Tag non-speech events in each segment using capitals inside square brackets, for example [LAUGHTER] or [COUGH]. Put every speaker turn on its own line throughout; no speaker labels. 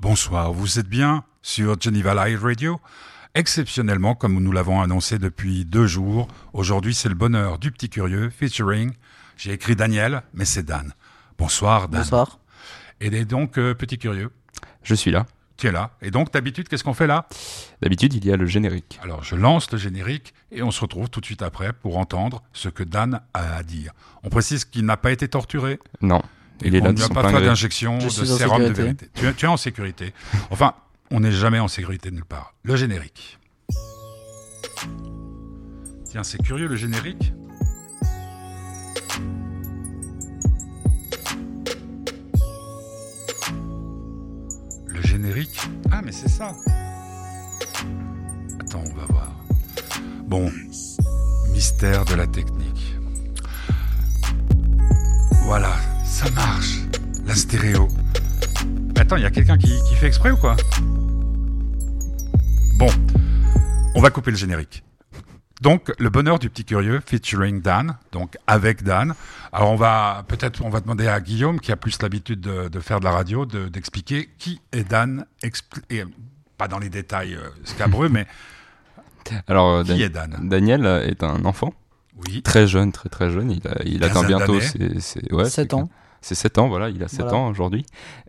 Bonsoir, vous êtes bien sur Geneva Live Radio Exceptionnellement, comme nous l'avons annoncé depuis deux jours, aujourd'hui c'est le bonheur du petit curieux, featuring, j'ai écrit Daniel, mais c'est Dan. Bonsoir Dan.
Bonsoir.
Et donc, euh, petit curieux,
Je suis là.
tu es là. Et donc, d'habitude, qu'est-ce qu'on fait là
D'habitude, il y a le générique.
Alors, je lance le générique et on se retrouve tout de suite après pour entendre ce que Dan a à dire. On précise qu'il n'a pas été torturé
Non.
et
Il est
qu'on
là
ne
de
lui a
son
pas
plein
fait
gré.
d'injection
Je
de
suis en
sérum de
sécurité.
vérité. Tu, es- tu es en
[LAUGHS]
sécurité. Enfin, on n'est jamais en sécurité nulle part. Le générique. Tiens, c'est curieux le générique. Le générique. Ah, mais c'est ça. Attends, on va voir. Bon, mystère de la technique. Voilà, ça marche. La stéréo. Mais attends, il y a quelqu'un qui, qui fait exprès ou quoi Bon, on va couper le générique. Donc, le bonheur du petit curieux, featuring Dan, donc avec Dan. Alors, on va peut-être, on va demander à Guillaume, qui a plus l'habitude de, de faire de la radio, de- d'expliquer qui est Dan, expli- et, euh, pas dans les détails euh, scabreux, mais
Alors, euh, Dan-
qui est Dan
Daniel euh, est un enfant,
Oui,
très jeune, très très jeune. Il, a- il atteint
Quinzaine
bientôt
d'années.
ses, ses- ouais,
7
c'est-
ans.
C'est 7 ans, voilà, il a 7
Voilà.
ans aujourd'hui,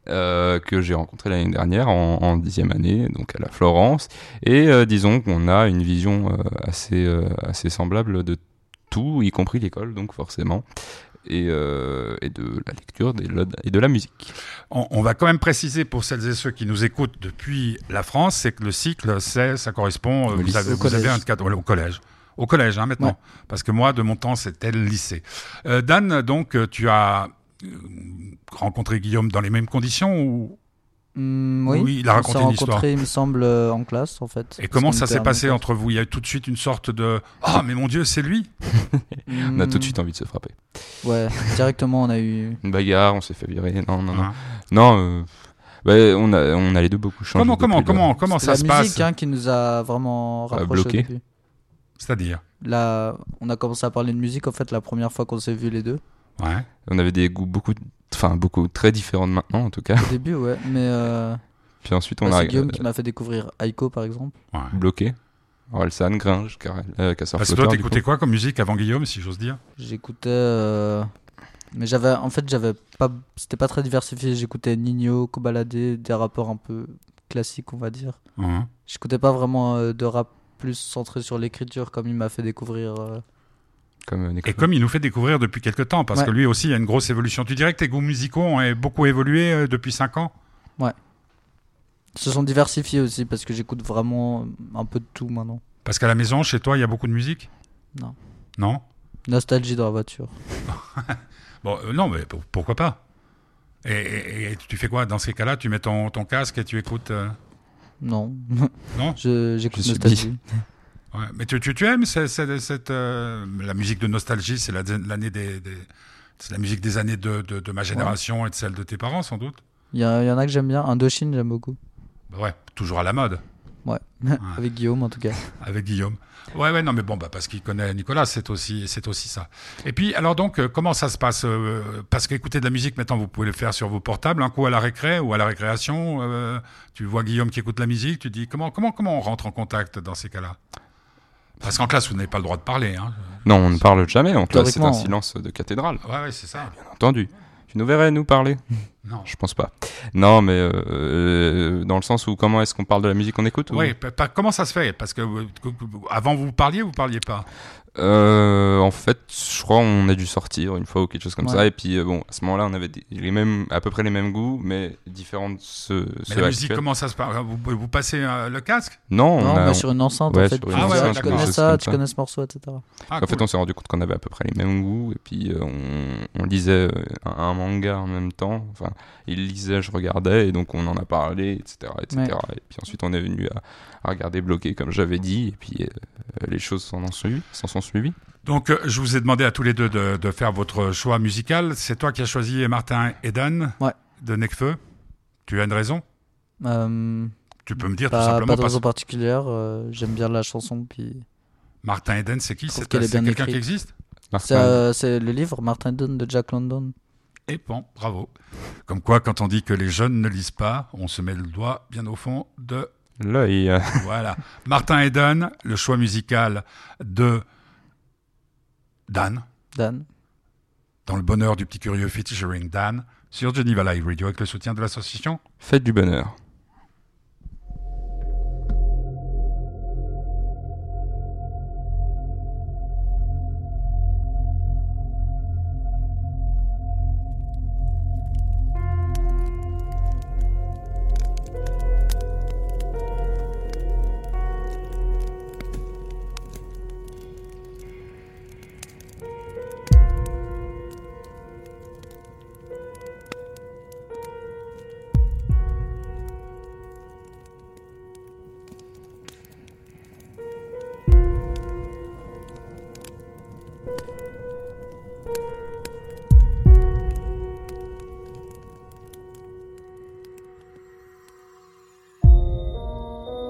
euh, que j'ai rencontré l'année dernière en, en dixième année, donc à la Florence. Et euh, disons qu'on a une vision euh, assez, euh, assez semblable de tout, y compris l'école, donc forcément, et, euh, et de la lecture des lodes et de la musique.
On, on va quand même préciser pour celles et ceux qui nous écoutent depuis la France, c'est que le cycle, c'est, ça correspond, euh,
Au
vous,
lycée.
avez,
Au
vous avez
collège.
un cadre au collège. Au collège, hein, maintenant.
Ouais.
Parce que moi, de mon temps, c'était le lycée. Euh, Dan, donc, euh, tu as euh, rencontré Guillaume dans les mêmes conditions ou...
Hmm, oui.
Oui, il a
On
raconté
s'est
une histoire.
rencontrés, il me semble, euh, en classe, en fait.
Et comment
Parce qu'on
ça
était
s'est
en
passé
même
entre vous Il y a eu tout de suite une sorte de « Ah, mais mon Dieu, c'est lui
temps.
Bah,
On a tout
Hmm,
de suite envie de se frapper.
Ouais, directement, on a eu.
Une bagarre, on s'est fait virer, non, non, non.
Hein
Non, euh, ouais, on, a, on a les deux beaucoup changé.
Comment, comment,
depuis le-
comment, comment ça
C'était
se
la
passe Euh,
musique hein, qui nous a vraiment rapprochés.
bloqué.
au début.
C'est-à-dire
Là, on a commencé à parler de musique, en fait, la première fois qu'on s'est vus les deux.
Ouais.
On avait des goûts beaucoup, enfin beaucoup très différents de maintenant en tout cas.
Au début, ouais. Mais euh,
Puis ensuite, on
bah,
a euh,
c'est Guillaume
euh,
qui m'a fait découvrir Aiko, par exemple.
ouais.
bloqué. Orelsan, Gringe, Carrel, euh, Casseur
Parce que toi,
Flotteur, du
t'écoutais quoi comme musique avant Guillaume, si j'ose dire
J'écoutais. euh, Mais j'avais. En fait, j'avais pas. C'était pas très diversifié. J'écoutais Nino, Kobalade, des rapports un peu classiques, on va dire.
Hein
J'écoutais pas vraiment euh, de rap plus centré sur l'écriture comme il m'a fait découvrir. euh,
coup, comme euh, Necro.
Et comme il nous fait découvrir depuis quelques temps, parce
Ouais.
que lui aussi, il y a une grosse évolution. Tu dirais que tes goûts musicaux ont euh, beaucoup évolué euh, depuis 5 ans
Se sont diversifiés aussi parce que j'écoute vraiment euh, un peu de tout maintenant.
Parce qu'à la maison, chez toi, il y a beaucoup de musique
Non.
Non
Nostalgie dans la voiture.
Bon, euh, non, mais pour- pourquoi pas et, et- et tu fais quoi dans ces cas-là Tu mets ton, ton casque et tu écoutes. euh,
Non. [LAUGHS]
Non
Je- J'écoute
Je subis.
Nostalgie.
ouais. Mais tu, tu, tu aimes c'est- c'est- cette, euh, la musique de nostalgie C'est la- l'année des, des- c'est la musique des années de, de- de ma génération et de celle de tes parents, sans doute.
Il y, a- il y en a que j'aime bien. Indochine, j'aime beaucoup.
Bah ouais, toujours à la mode.
Ouais.
Ah.
[LAUGHS] Avec Guillaume en tout cas.
Avec Guillaume. Ouais, ouais, non, mais bon, bah, parce qu'il connaît Nicolas, c'est aussi, c'est aussi ça. Et puis, alors donc, euh, comment ça se passe euh, Parce qu'écouter de la musique, maintenant, vous pouvez le faire sur vos portables, un coup à la récré ou à la récréation. euh, tu vois Guillaume qui écoute la musique, tu dis comment, comment, comment on rentre en contact dans ces cas-là Parce qu'en classe, vous n'avez pas le droit de parler. Hein.
Non, on ne parle jamais en classe, c'est un
Théoriquement.
silence de cathédrale,
Ouais, ouais, c'est ça.
bien entendu. Tu nous verrais nous parler
Non.
Je pense pas. Non, mais euh, euh, dans le sens où comment est-ce qu'on parle de la musique qu'on écoute ou-
Oui, pa- pa- comment ça se fait Parce que euh, avant, vous parliez ou vous parliez pas
Euh, en fait, je crois on a dû sortir une fois ou quelque chose comme
Ouais.
ça. Et puis euh, bon, à ce moment-là, on avait des- les mêmes, à peu près les mêmes goûts, mais différents de ceux,
Mais
ceux
la musique,
actuels.
comment ça se passe vous, vous passez euh, le casque
Non,
non,
[LAUGHS] on a-
mais sur une enceinte
ouais,
en fait.
sur une
Tu dis,
enceinte,
ah, tu
d'accord.
connais
Juste
ça,
comme
tu
ça.
connais ce morceau, etc.
ah,
en
cool.
fait, on s'est rendu compte qu'on avait à peu près les mêmes goûts. Et puis euh, on, on lisait euh, un, un manga en même temps. Enfin, il lisait, je regardais, et donc on en a parlé, etc., etc. Et puis ensuite, on est venu à, à regarder bloqué, comme j'avais dit. Et puis euh, les choses s'en ont suivi- s'en sont suivies.
Donc, euh, je vous ai demandé à tous les deux de, de faire votre choix musical. C'est toi qui as choisi Martin Eden
Ouais.
de Necfeu. Tu as une raison
Euh,
Tu peux me dire tout
pas,
simplement.
pas de
parce-
raison particulière. euh, j'aime bien la chanson. Puis...
Martin Eden, c'est qui
Je trouve
C'est
qu'elle est
c'est
bien
quelqu'un qui
écrite.
existe
C'est
Martin,
euh, c'est le livre Martin Dunn de Jack London.
et pan, Eh bravo. Comme quoi, quand on dit que les jeunes ne lisent pas, on se met le doigt bien au fond de... [COUGHS]
L'œil. euh, [LAUGHS]
Voilà. Martin Eden, le choix musical de Dan,
Dan.
dans le bonheur du petit curieux featuring Dan, sur Geneva Live Radio avec le soutien de l'association
Faites du bonheur.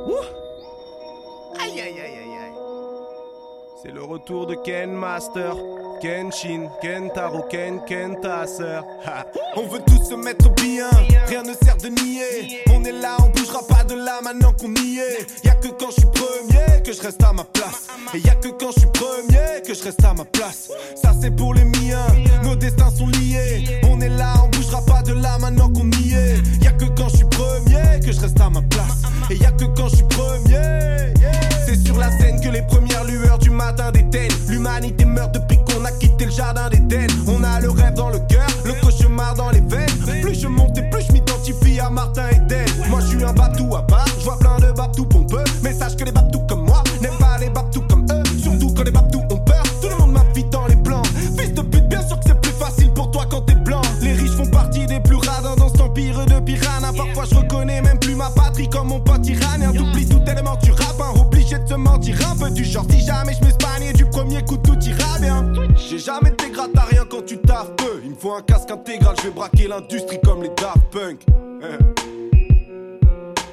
Ouh. Aïe aïe aïe aïe aïe. C'est le retour de Ken Master. Kenshin, Kentaro, Ken, Ken ta sœur. Ha.
On veut tous se mettre au bien, rien ne sert de nier. On est là, on bougera pas de là maintenant qu'on y est. Y a que quand je suis premier que je reste à ma place. Et y a que quand je suis premier que je reste à ma place. Ça c'est pour les miens, nos destins sont liés. On est là, on bougera pas de là maintenant qu'on y est. Y a que quand je suis premier que je reste à ma place. Et y a que quand je suis premier. C'est sur la scène que les premières lueurs du matin déteignent. L'humanité meurt depuis qu'on a quitté le jardin d'Éden. On a le rêve dans le cœur, le cauchemar dans les veines. Plus je monte et plus je m'identifie à Martin Eden. Moi je suis un babtou à part, je vois plein de babtou pompeux. Mais sache que les babtous comme moi n'aiment pas les babtous comme eux. Surtout quand les babtous ont peur, tout le monde m'invite dans les plans. Fils de pute, bien sûr que c'est plus facile pour toi quand t'es blanc. Les riches font partie des plus radins dans cet empire de piranha. Parfois je reconnais même plus ma patrie comme mon pote iranien. T'oublies tout élément du rap, hein, obligé de se mentir un peu du genre. Si jamais je m'espagne du premier coup, tout ira bien. J'ai jamais de dégrade à rien quand tu taffes peu. Il me faut un casque intégral, je vais braquer l'industrie comme les Daft Punk. Hein.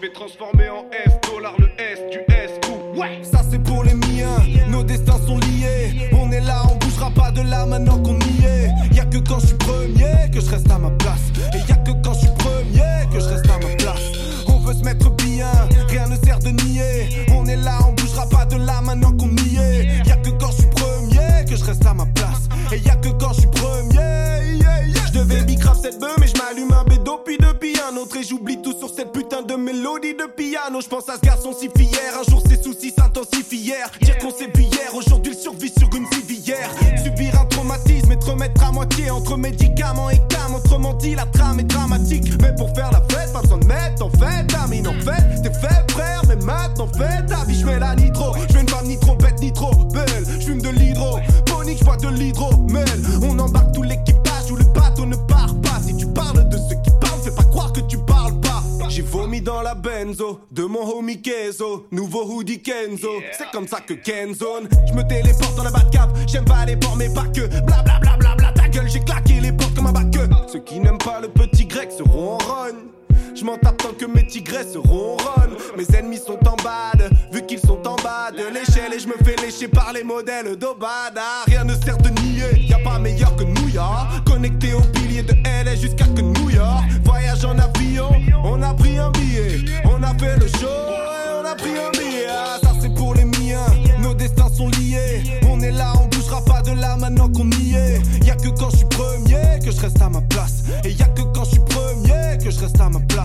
Je vais transformer en S, dollar le S du S. Ouh. Ouais.
Ça c'est pour les miens, nos destins sont liés. On est là, on bougera pas de là maintenant qu'on y est. Y a que quand je suis premier que je reste à ma place. Et y a que quand je suis premier que je reste à ma place. On veut se mettre bien, rien ne sert de nier. On est là, on bougera pas de là maintenant qu'on y est. Y a que quand je suis premier que je reste à ma place. Et y a que quand je suis premier. yeah, yeah. Je devais big grave cette bœuf, mais je m'allume un bédo puis depuis un autre. Et j'oublie tout sur cette putain de mélodie de piano. Je pense à ce garçon si fier, un jour ses soucis s'intensifièrent. Dire qu'on s'est hier, aujourd'hui il survit sur une civière. Subir un traumatisme et te remettre à moitié entre médicaments et cam. Autrement dit, la trame est dramatique. Mais pour faire la fête, pas besoin de mettre en fait, amine en fait. T'es fait, frère, mais maintenant fais ta vie. Je mets la nitro, je une femme ni trop bête ni trop belle. Je fume de l'hydro, ponique, je de l'hydromel. On embarque tout l'équipage où le bateau ne part pas. Si tu parles de ceux qui parlent, fais pas croire que tu parles pas. J'ai vomi dans la benzo de mon homie Kenzo, nouveau hoodie Kenzo. C'est comme ça que Kenzone, je me téléporte dans la Batcave. J'aime pas les ports, mais pas que. Blablabla, bla, bla, bla, ta gueule, j'ai claqué les portes comme un bac. Ceux qui n'aiment pas le petit grec seront en rogne. Je m'en tape tant que mes tigresses se ronronnent. Mes ennemis sont en bad, vu qu'ils sont en bas de l'échelle. Et je me fais lécher par les modèles d'Obada. Rien ne sert de nier, y a pas meilleur que New York. Connecté au pilier de LA jusqu'à que New York. Voyage en avion, on a pris un billet. On a fait le show et on a pris un billet. Ah, ça c'est pour les miens, nos destins sont liés. On est là, on bougera pas de là maintenant qu'on y est. Y a que quand je suis premier que je reste à ma place. Et y a que quand je suis premier que je reste à ma place.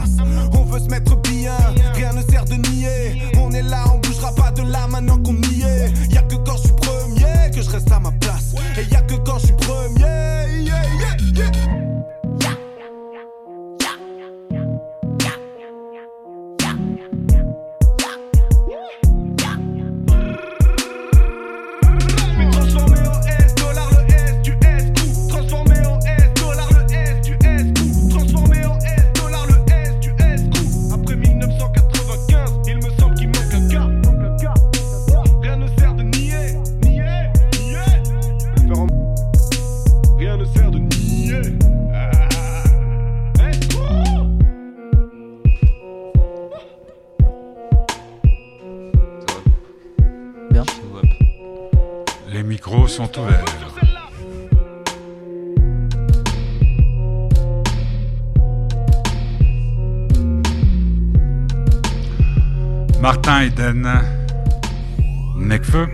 On veut se mettre bien, rien ne sert de nier. On est là, on bougera pas de là maintenant qu'on y est. Y a que quand je suis premier que je reste à ma place. Et y a que quand je suis premier. yeah, yeah, yeah. Transformé en S, dollar le S du S, tout. Transformé en S, dollar le S du S, tout. Transformé en S, dollar le S du S, tout. Après 1995, il me semble qu'il manque un cas. Rien ne sert de nier, nier, nier. Faire en- Rien ne sert de nier. Ah. S, tout.
Bien.
Les micros sont ouverts. Martin Eden, Necfeu,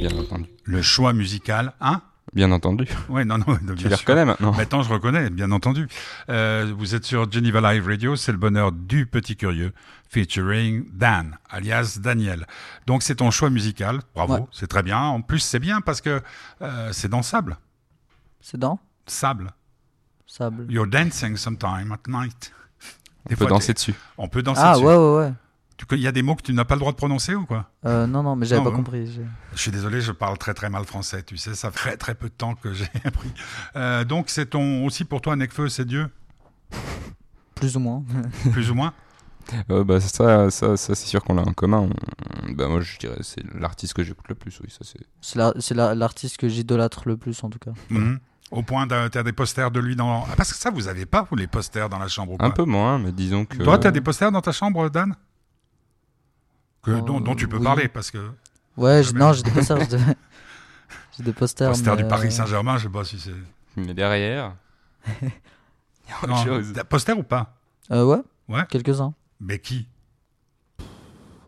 Bien entendu.
le choix musical, hein
Bien entendu.
Ouais, non, [LAUGHS] non, bien
Tu les
sûr.
reconnais hein? maintenant.
Maintenant, je reconnais, bien entendu. Euh, vous êtes sur Geneva Live Radio, c'est le bonheur du petit curieux, featuring Dan, alias Daniel. Donc, c'est ton choix musical, bravo,
Ouais.
c'est très bien. En plus, c'est bien parce que euh, c'est dans sable,
C'est dans
sable.
Sable.
You're dancing sometime at night. Des
On peut
fois,
danser
t'es-
dessus.
On peut danser.
Ah
dessus.
ouais, ouais, ouais.
Tu- Il y a des mots que tu n'as pas le droit de prononcer ou quoi
Euh, non, non, mais j'avais
Non,
pas
non.
compris. j'ai-
Je suis désolé, je parle très très mal français. Tu sais, ça fait très peu de temps que j'ai [LAUGHS] appris. Euh, donc, c'est ton aussi pour toi, Necfeu, c'est Dieu,
Plus ou moins. [LAUGHS]
plus ou moins.
Euh, bah, ça, ça, ça c'est sûr qu'on l'a en commun. On- Bah, moi, je dirais c'est l'artiste que j'écoute le plus. Oui, ça c'est.
C'est la- c'est la- l'artiste que j'idolâtre le plus en tout cas.
Mhm. Au point de t'as des posters de lui dans. Ah, parce que ça, vous avez pas vous les posters dans la chambre ou quoi
Un peu moins, mais disons que.
Toi, t'as des posters dans ta chambre, Dan que,
Euh,
dont, dont tu peux
oui.
parler parce que
Ouais, j'ai-
Jamais.
non, j'ai des posters. j'ai
[LAUGHS]
des- j'ai des posters.
poster
mais,
du
euh,
Paris Saint-Germain, je sais pas si
[LAUGHS]
c'est.
Mais derrière. Il y a autre
Non,
chose.
t'as poster ou pas
euh, ouais.
Ouais.
Quelques-uns.
Mais qui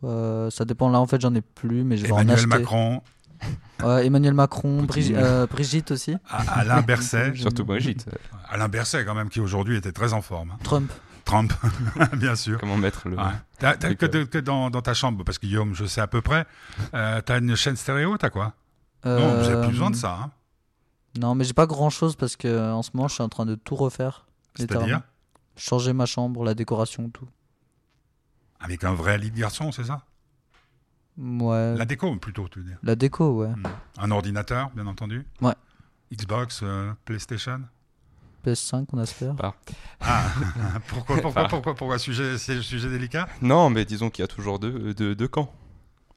Euh, ça dépend. Là, en fait, j'en ai plus, mais je vais en
Emmanuel
acheter.
Macron,
Ouais, Emmanuel Macron,
Poutine.
Brigi- euh, Brigitte aussi.
A-
[LAUGHS]
Alain Berset,
Surtout Brigitte. euh,
[LAUGHS] Alain Berset quand même qui aujourd'hui était très en forme. hein.
Trump.
Trump, [LAUGHS] bien sûr.
Comment mettre le.
Ouais. T'as- t'as
Avec,
que,
euh,
de- que dans, dans ta chambre, parce que Guillaume, je sais à peu près, euh, t'as une chaîne stéréo, t'as quoi Non, vous avez
Euh,
plus besoin de ça. hein.
Non, mais j'ai pas grand-chose parce que euh, en ce moment, je suis en train de tout refaire.
C'est-à-dire
littéralement. Changer ma chambre, la décoration, tout.
avec un vrai lit de garçon, c'est ça
Ouais.
La Hmm. déco plutôt, tu veux dire.
La déco, ouais.
Un ordinateur, bien entendu.
Ouais.
Xbox, euh,
[LAUGHS]
PlayStation. [LAUGHS]
PS5, on espère.
Ah, pourquoi, pourquoi, pourquoi, pourquoi sujet, c'est le sujet délicat
Non, mais disons qu'il y a toujours deux, deux, deux camps.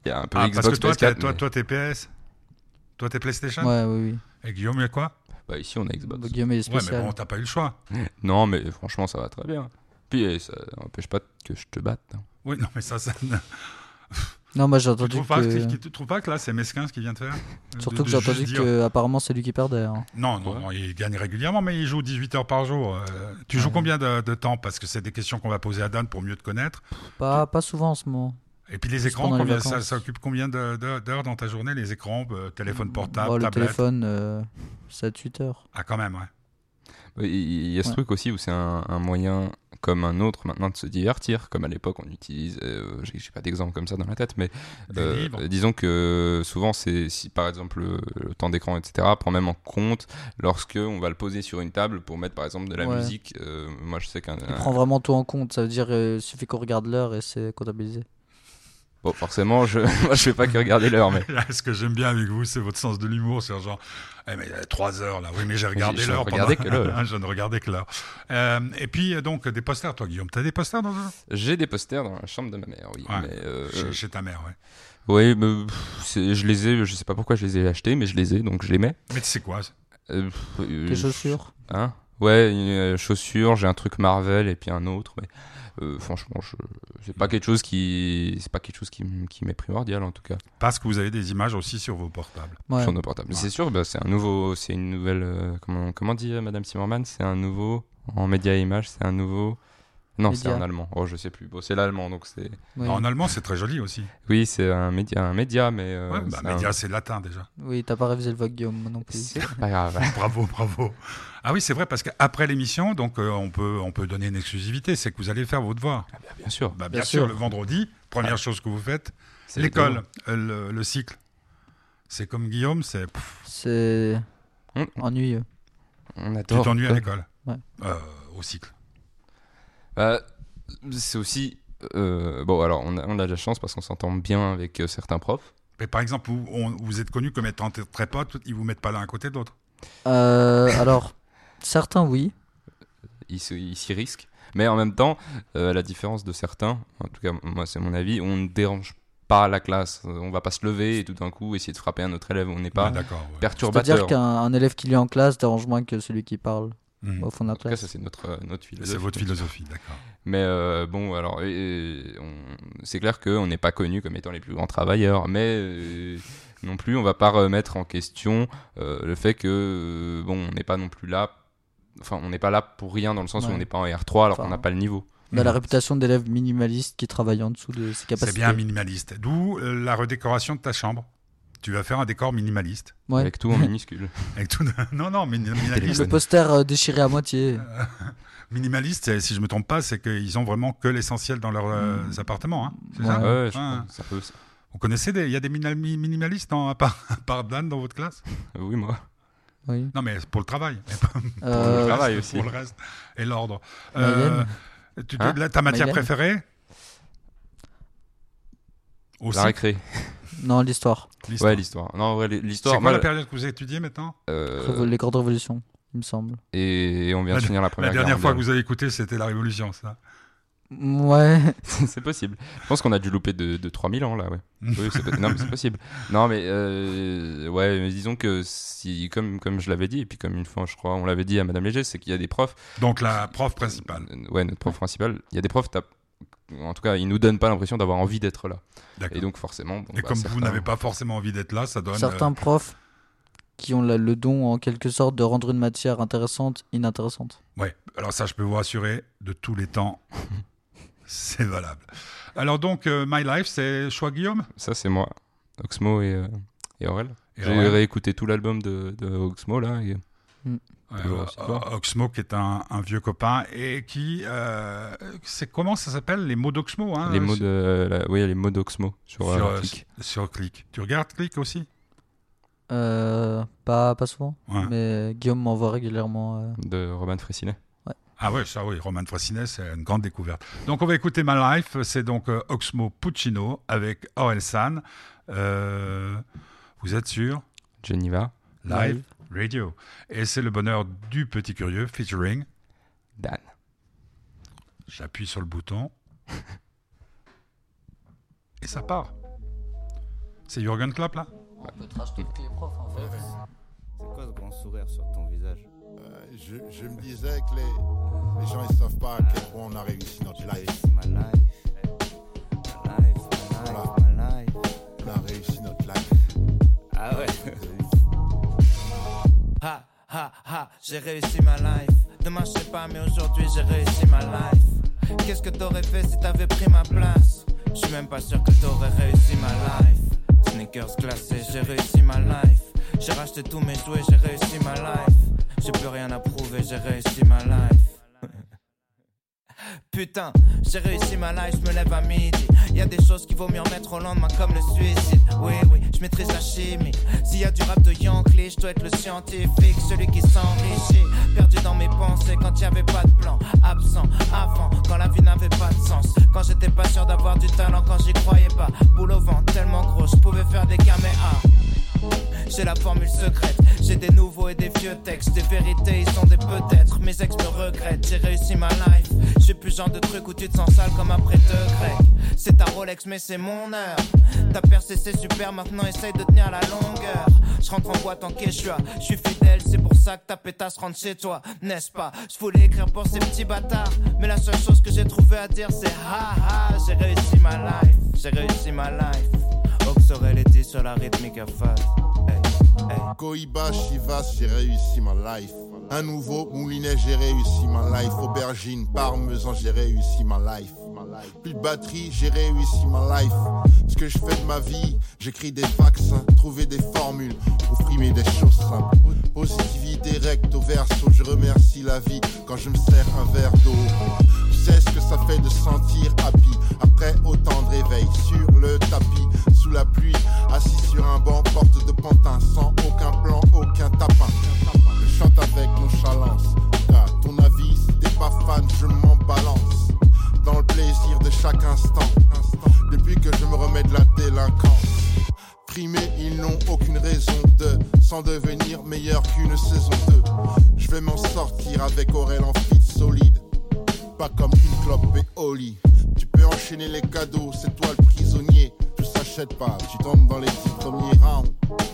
Il y a un peu
Ah,
Xbox
parce que toi,
PS4.
t'es, toi,
mais-
toi, t'es PS, toi, t'es PlayStation.
Ouais, oui, oui.
Et Guillaume, il y a quoi
Bah, ici, on a Xbox.
Bah, Guillaume il est
Ouais, mais
spécial.
bon, t'as pas eu le choix.
Non, mais franchement, ça va très bien. Puis, eh, ça n'empêche pas que je te batte. hein.
Oui, non, mais ça, ça.
Non, moi j'ai
[LAUGHS] Tu
entendu
trouves, pas,
que.
tu- tu trouves pas que là, c'est mesquin ce qu'il vient de faire De- de
Surtout que j'ai
juste
entendu
dire-
que apparemment c'est lui qui perdait. hein.
Non, non,
Ouais.
non, il gagne régulièrement, mais il joue 18 heures par jour. Euh, tu joues
Ouais.
combien de, de temps Parce que c'est des questions qu'on va poser à Dan pour mieux te connaître.
Pas, pas souvent en ce moment.
Et puis les
Juste
écrans,
pendant les
combien, ça,
vacances.
ça occupe combien de- de- d'heures dans ta journée Les écrans, euh, téléphone portable,
Bon, Bah, le
tablette
téléphone, euh, 7-8 heures.
Ah, quand même, ouais.
Il il y a ce
Ouais.
truc aussi où c'est un, un moyen comme un autre maintenant de se divertir, comme à l'époque on utilise, euh, j'ai j'ai pas d'exemple comme ça dans la tête, mais
Des
euh,
livres. [LAUGHS]
disons que souvent c'est si par exemple le, le temps d'écran etc prend même en compte lorsque on va le poser sur une table pour mettre par exemple de la
Ouais.
musique. euh, moi je sais qu'un
Il
un-
prend vraiment tout en compte. Ça veut dire euh, il suffit qu'on regarde l'heure et c'est comptabilisé.
bon forcément je [LAUGHS] moi je fais pas que regarder l'heure mais
Là, Ah, ce que j'aime bien avec vous, c'est votre sens de l'humour. C'est genre, eh, mais il y a 3 heures là. Oui, mais j'ai regardé
je ne
l'heure.
regardais
pendant-
que
[LAUGHS]
l'heure.
je ne regardais que l'heure. Euh, et puis, euh, donc, des posters, toi, Guillaume. T'as des posters dans ta-
j'ai des posters dans la chambre de ma mère oui.
Ouais.
Mais, euh,
chez, chez ta mère, ouais.
Oui, mais, pff, c'est- je les ai, je sais pas pourquoi je les ai achetés, mais je les ai, donc je les mets.
Mais tu sais quoi c'est-
Euh, pff, euh,
Tes chaussures
Hein Ouais, une euh, chaussure, j'ai un truc Marvel et puis un autre, mais euh, franchement, je... c'est pas quelque chose qui, c'est pas quelque chose qui, m- qui m'est primordial en tout cas
Parce que vous avez des images aussi sur vos portables.
Ouais.
sur nos portables. Mais
Ouais.
c'est sûr, bah, c'est un nouveau, c'est une nouvelle, euh, comment, comment dit euh, Madame Zimmermann, c'est un nouveau en média et image, c'est un nouveau. Non, c'est
Média.
un allemand. Oh, je sais plus. Bon, c'est l'allemand, donc c'est.
Oui,
En allemand, c'est très joli aussi.
Oui, c'est un média, un média, mais. euh,
ouais, bah,
c'est un-
média, c'est latin déjà. [LAUGHS]
Oui, t'as pas révisé le vote, Guillaume, moi non plus.
C'est pas grave.
Bravo, bravo. Ah oui, c'est vrai, parce qu'après l'émission, donc euh, on, peut, on peut donner une exclusivité, c'est que vous allez faire vos devoirs.
Bien sûr.
Bah, bien
Bien
sûr,
sûr.
le vendredi, première chose que vous faites,
c'est
l'école, euh, le, le cycle. C'est comme Guillaume, c'est pff,
C'est
On-
ennuyeux.
On
tu
adore.
t'ennuies à l'école.
Ouais.
Euh, au cycle.
Bah, c'est aussi. euh, bon, alors, on a, on a de la chance parce qu'on s'entend bien avec euh, certains profs.
Mais par exemple, vous, on- vous êtes connu comme étant t- très potes, ils vous mettent pas l'un à côté de l'autre.
Euh, alors, certains oui.
Ils se- ils s'y risquent. Mais en même temps, euh, à la différence de certains, en tout cas, moi, c'est mon avis, on ne dérange pas la classe. Euh, On va pas se lever et tout d'un coup essayer de frapper un autre élève. On n'est pas
Ah, D'accord. ouais.
perturbateur.
C'est-à-dire qu'un un élève qui lit en classe dérange moins que celui qui parle
Mhm.
au fond de la
En tout cas,
classe.
ça, c'est notre, euh, notre philosophie.
C'est votre philosophie, d'accord.
Mais euh, bon, alors, euh, on- c'est clair qu'on n'est pas connu comme étant les plus grands travailleurs, mais euh, non plus, on va pas remettre en question euh, le fait que, euh, bon, on n'est pas non plus là, enfin, on n'est pas là pour rien dans le sens où
Ouais.
on n'est pas en R3 alors qu'on
Enfin,
n'a pas le niveau.
On a la réputation d'élève minimaliste qui travaille en dessous de ses
Hum. C'est
capacités.
bien minimaliste. D'où euh, la redécoration de ta chambre. Tu vas faire un décor minimaliste.
Ouais.
Avec
[LAUGHS]
tout en minuscule.
Avec tout... [LAUGHS] Non, non, mini-
Le
minimaliste.
poster euh, déchiré à moitié.
Euh. Minimaliste, c'est- si je me trompe pas, c'est qu'ils ont vraiment que l'essentiel dans leurs euh, appartements. hein. C'est
Mmh. Ouais.
ça
Ah ouais, je
Ouais.
pense que ça peut- ça-
Vous connaissez des. Il y a des mina- mi- minimalistes dans- à, part, à part Dan dans votre classe
euh, Oui, moi.
Oui.
Non, mais c'est pour le travail. [LAUGHS] mais pas pour,
Euh,
le
travail
reste,
aussi.
pour le reste. Et l'ordre.
Mayenne.
Euh, tu-
Hein
là, ta matière
Mayenne.
préférée Aussi,
La récré.
Non, l'histoire.
l'histoire.
Ouais, l'histoire. Non, en vrai,
C'est
l'histoire.
quoi
moi,
la période que vous étudiez maintenant
euh,
Révo- Les grandes révolutions, il me semble.
et, et on vient de finir la
La
première
dernière
Guerre
fois que
mondiale.
vous avez écouté, c'était la Révolution, ça.
Ouais.
[LAUGHS] c'est possible. Je pense qu'on a dû louper de, de 3000 ans là, ouais. Oui, c'est po- non, mais c'est possible. Non, mais euh, ouais, mais disons que si, comme, comme je l'avais dit, et puis comme une fois, je crois, on l'avait dit à Madame Léger, c'est qu'il y a des profs.
Donc la prof principale.
Euh, Ouais, notre prof principal. Il y a des profs, t'as- en tout cas, ils nous donnent pas l'impression d'avoir envie d'être là.
D'accord.
Et donc, forcément. bon,
Et
bah,
comme vous
certains-
n'avez pas forcément envie d'être là, ça donne.
Certains profs qui ont la- le don, en quelque sorte, de rendre une matière intéressante, inintéressante.
euh, ouais. Alors ça, je peux vous rassurer, de tous les temps, [LAUGHS] c'est valable. Alors donc, euh, My Life, c'est choix Guillaume
Ça, c'est moi, Oxmo et, euh, et Aurel.
Et
J'ai
Aurel
réécouté tout l'album de, de Oxmo là. et-
Ouais,
toujours
euh,
aussi fort.
Oxmo, qui est un, un vieux copain et qui. euh, c'est comment ça s'appelle Les mots d'Oxmo hein,
les mots
sur-
de, la- oui, les mots d'Oxmo sur,
Sur,
euh,
euh,
Click.
sur Click. Tu regardes Click aussi
Euh, pas, pas souvent,
Ouais.
mais Guillaume m'envoie régulièrement. euh,
de Robin Frissinet.
Ah ouais, ça oui, Roman Frasinet, c'est une grande découverte. Donc on va écouter My Life, c'est donc euh, Oxmo Puccino avec Aurel San. Euh, vous êtes sur
Geneva.
Live Radio. Et c'est le bonheur du petit curieux featuring.
Dan.
J'appuie sur le bouton. Et ça part. C'est Jürgen Klapp là
C'est quoi ce grand sourire sur ton visage
Euh, je, je me disais que les, les gens ils savent pas à quel point on a réussi notre life.
My life, my life, my life, my life.
On a réussi notre life.
Ah [LAUGHS] ouais. ha ha ha, j'ai réussi ma life. Demain je sais pas, mais aujourd'hui j'ai réussi ma life. Qu'est-ce que t'aurais fait si t'avais pris ma place Je suis même pas sûr que t'aurais réussi ma life. Sneakers classés, j'ai réussi ma life. J'ai racheté tous mes jouets, j'ai réussi ma life. J'ai plus rien à prouver, j'ai réussi ma life. Putain, j'ai réussi ma life, je me lève à midi. Y a des choses qui vaut mieux remettre au lendemain comme le suicide. Oui, oui, je maîtrise la chimie. S'il y a du rap de Yankee, je dois être le scientifique, celui qui s'enrichit. Perdu dans mes pensées quand y avait pas de plan. Absent, avant, quand la vie n'avait pas de sens. Quand j'étais pas sûr d'avoir du talent, quand j'y croyais pas. Boule au vent, tellement gros, je pouvais faire des caméas. J'ai la formule secrète, j'ai des nouveaux et des vieux textes, des vérités, ils sont des peut-être. Mes ex me regrettent, j'ai réussi ma life. Je suis plus genre de truc où tu te sens sale comme après deux grecs. C'est ta Rolex, mais c'est mon heure. T'as percé, c'est super, maintenant essaye de tenir la longueur. Je rentre en boîte en Quechua, je suis fidèle, c'est pour ça que ta pétasse rentre chez toi, n'est-ce pas? Je voulais écrire pour ces petits bâtards, mais la seule chose que j'ai trouvé à dire c'est ha ha, j'ai réussi ma life, j'ai réussi ma life. Oxorel était sur la rythmique à face. Hey, hey.
Koiba, Chivas, j'ai réussi ma life. Un nouveau moulinet, j'ai réussi ma life. Aubergine, parmesan, j'ai réussi ma life. Ma life. Plus de batterie, j'ai réussi ma life. Ce que je fais de ma vie, j'écris des vaccins, trouver des formules, offrimer des choses simples. Positivité recto verso, je remercie la vie quand je me sers un verre d'eau. Je sais ce que ça fait de sentir happy après autant de réveils sur le tapis, sous la pluie, assis sur un banc, porte de pantin, sans aucun plan, aucun tapin. Je chante avec nonchalance. À ton avis, si t'es pas fan, je m'en balance. Dans le plaisir de chaque instant, depuis que je me remets de la délinquance. Primés, ils n'ont aucune raison de s'en devenir meilleur qu'une saison 2. Je vais m'en sortir avec Aurel en fit solide. Pas comme une clope et Oli. Tu peux enchaîner les cadeaux, c'est toi le prisonnier. Tout s'achète pas, tu tombes dans les dix premiers rounds.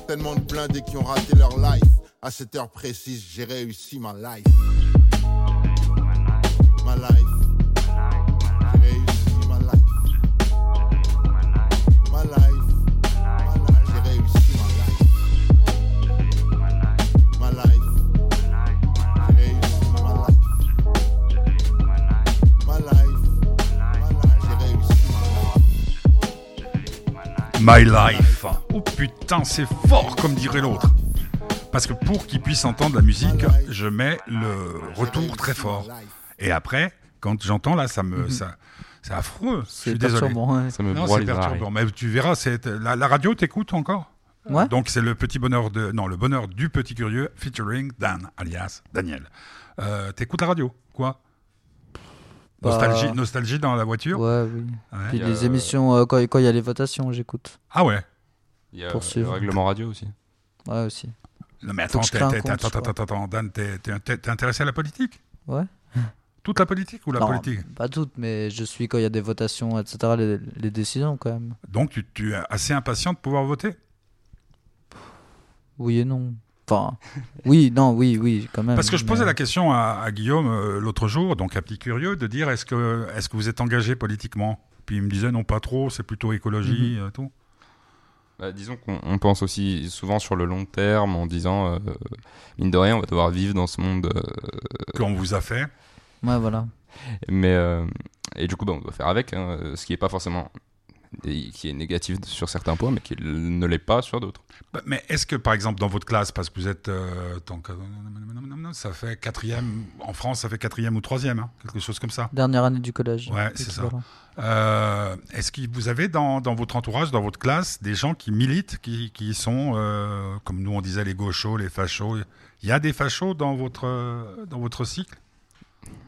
Tellement de blindés qui ont raté leur life. À cette heure précise, j'ai réussi ma life. Ma life. J'ai réussi ma life. Ma life. Ma life. J'ai réussi ma life. Ma life. J'ai réussi ma life. My life.
My Life. Oh putain, c'est fort, comme dirait l'autre. Parce que pour qu'ils puissent entendre la musique, je mets le Euh, retour très fort. Et après, quand j'entends là, ça me, ça, c'est affreux. Je
C'est
suis désolé.
perturbant, ouais.
Ça me
Non,
broie
c'est
les oreilles.
perturbant. Mais tu verras, c'est la, la radio t'écoute encore.
Ouais.
Donc c'est le petit bonheur de non le bonheur du petit curieux featuring Dan alias Daniel. Euh, T'écoutes la radio quoi
Bah-
Nostalgie, nostalgie dans la voiture.
Ouais, oui.
Ouais.
Puis
Il y a,
les
euh,
émissions, euh, quand quand il y a les votations, j'écoute.
Ah ouais.
Il y a
Poursuivre.
le règlement radio aussi.
Ouais, aussi.
Non mais attends,
Faut que je
t'es-
crée un
t'es-
compte,
attends,
je
attends, attends, attends, Dan, t'es- t'es t'es- t'es intéressé à la politique
Ouais.
Toute la politique ou la
Non,
politique
Pas toutes, mais je suis quand il y a des votations, etc., les, les décisions quand même.
Donc tu, tu es assez impatient de pouvoir voter
Oui et non. Enfin, oui, non, oui, oui, quand même.
Parce que je posais
mais-
la question à, à Guillaume euh, l'autre jour, donc un petit curieux, de dire est-ce que, est que vous êtes engagé politiquement Puis il me disait non, pas trop, c'est plutôt écologie euh, tout.
Bah, disons qu'on on pense aussi souvent sur le long terme en disant, euh, mine de rien, on va devoir vivre dans ce monde. euh,
Qu'on vous a fait.
Ouais, voilà.
mais, euh, et du coup, bah, on doit faire avec, hein, ce qui est pas forcément. et qui est négatif sur certains points, mais qui ne l'est pas sur d'autres.
Bah, Mais est-ce que, par exemple, dans votre classe, parce que vous êtes. euh, tant que- ça fait quatrième. En France, ça fait quatrième ou troisième, hein, quelque chose comme ça.
Dernière année du collège.
Ouais, c'est ça.
Équivalent.
Euh, est-ce que vous avez dans, dans votre entourage, dans votre classe, des gens qui militent, qui, qui sont, euh, comme nous on disait, les gauchos, les fachos Il y a des fachos dans votre, euh, dans votre cycle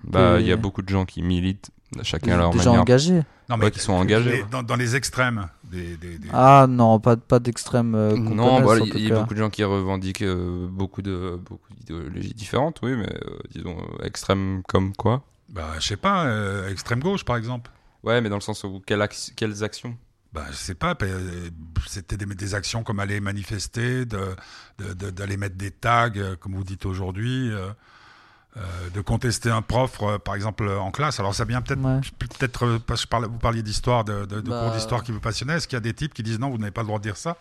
Bah,
Que-
il y a beaucoup de gens qui militent,
Des,
chacun à leur
des
manière.
gens engagés.
Non,
Ouais, qui sont engagés,
les-
ouais.
dans, dans les extrêmes. Des, des- des-
Ah non, pas, pas d'extrême. euh, qu'on
Non,
connaisse,
bah,
en
il
tout
y, a
cas.
beaucoup de gens qui revendiquent euh, beaucoup de beaucoup d'idéologies différentes, oui, mais euh, disons euh, extrêmes comme quoi.
bah, je sais pas, euh, extrême gauche par exemple.
Ouais, mais dans le sens où quelle ac- quelles actions
Bah, je sais pas, euh, c'était des, des actions comme aller manifester, de- de- de- d'aller mettre des tags, euh, comme vous dites aujourd'hui, euh, euh, de contester un prof, euh, par exemple, euh, en classe. Alors ça vient peut-être,
Ouais.
peut-être euh, parce que je parlais- vous parliez d'histoire, de, de- de
Bah,
cours d'histoire qui vous passionnaient. Est-ce qu'il y a des types qui disent non, vous n'avez pas le droit de dire ça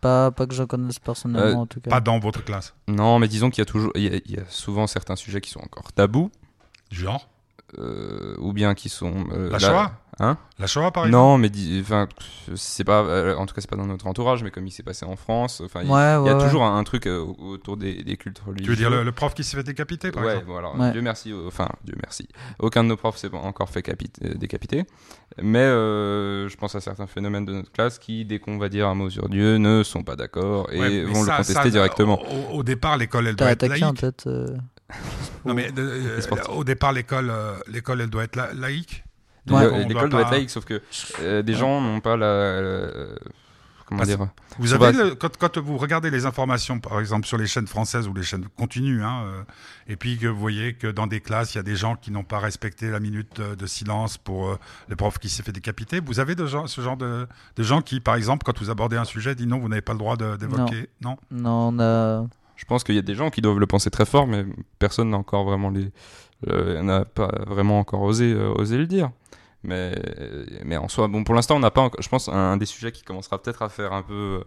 Pas, pas que je connaisse personnellement
Euh,
en tout cas.
Pas dans votre classe.
Non, mais disons qu'il y a toujours, il y a, il y a souvent certains sujets qui sont encore tabous,
Genre
euh, ou bien qui sont euh,
La Shoah
hein
La Shoah, par exemple
Non, mais dis- enfin, c'est pas, euh, en tout cas, c'est pas dans notre entourage, mais comme il s'est passé en France, enfin, il y-
Ouais, ouais,
il y a
ouais.
toujours un, un truc euh, autour des, des cultes religieuses.
Tu veux dire le, le prof qui s'est fait décapiter, par
Ouais,
exemple
voilà.
Ouais.
Dieu merci, euh, enfin, Dieu merci. Aucun de nos profs s'est pas encore fait capit- euh, décapiter. Mais euh, je pense à certains phénomènes de notre classe qui, dès qu'on va dire un mot sur Dieu, ne sont pas d'accord et
Ouais, mais
vont
ça-
le contester
ça,
directement.
Au, au départ, l'école, elle doit
T'as
être
attaqué
laïque.
en tête. euh,
Non, mais euh,
Les sportifs.
au départ, l'école, euh, l'école, elle doit être la- laïque.
Donc,
Ouais.
euh,
On doit
L'école doit
pas-
être laïque, sauf que euh, des gens n'ont pas la. euh, comment
Ah,
dire
Vous
On
avez
va-
le- quand, quand vous regardez les informations, par exemple sur les chaînes françaises ou les chaînes continues, hein, euh, et puis que vous voyez que dans des classes, il y a des gens qui n'ont pas respecté la minute euh, de, silence pour euh, le prof qui s'est fait décapiter. Vous avez de gens, ce genre de, de gens qui, par exemple, quand vous abordez un sujet, disent non, vous n'avez pas le droit de- d'évoquer. Non.
Non, on a.
Je pense qu'il y a des gens qui doivent le penser très fort, mais personne n'a encore vraiment les, euh, n'a pas vraiment encore osé, euh, osé le dire. Mais, mais en soi, bon, pour l'instant, on n'a pas. encore- je pense un, un des sujets qui commencera peut-être à faire un peu,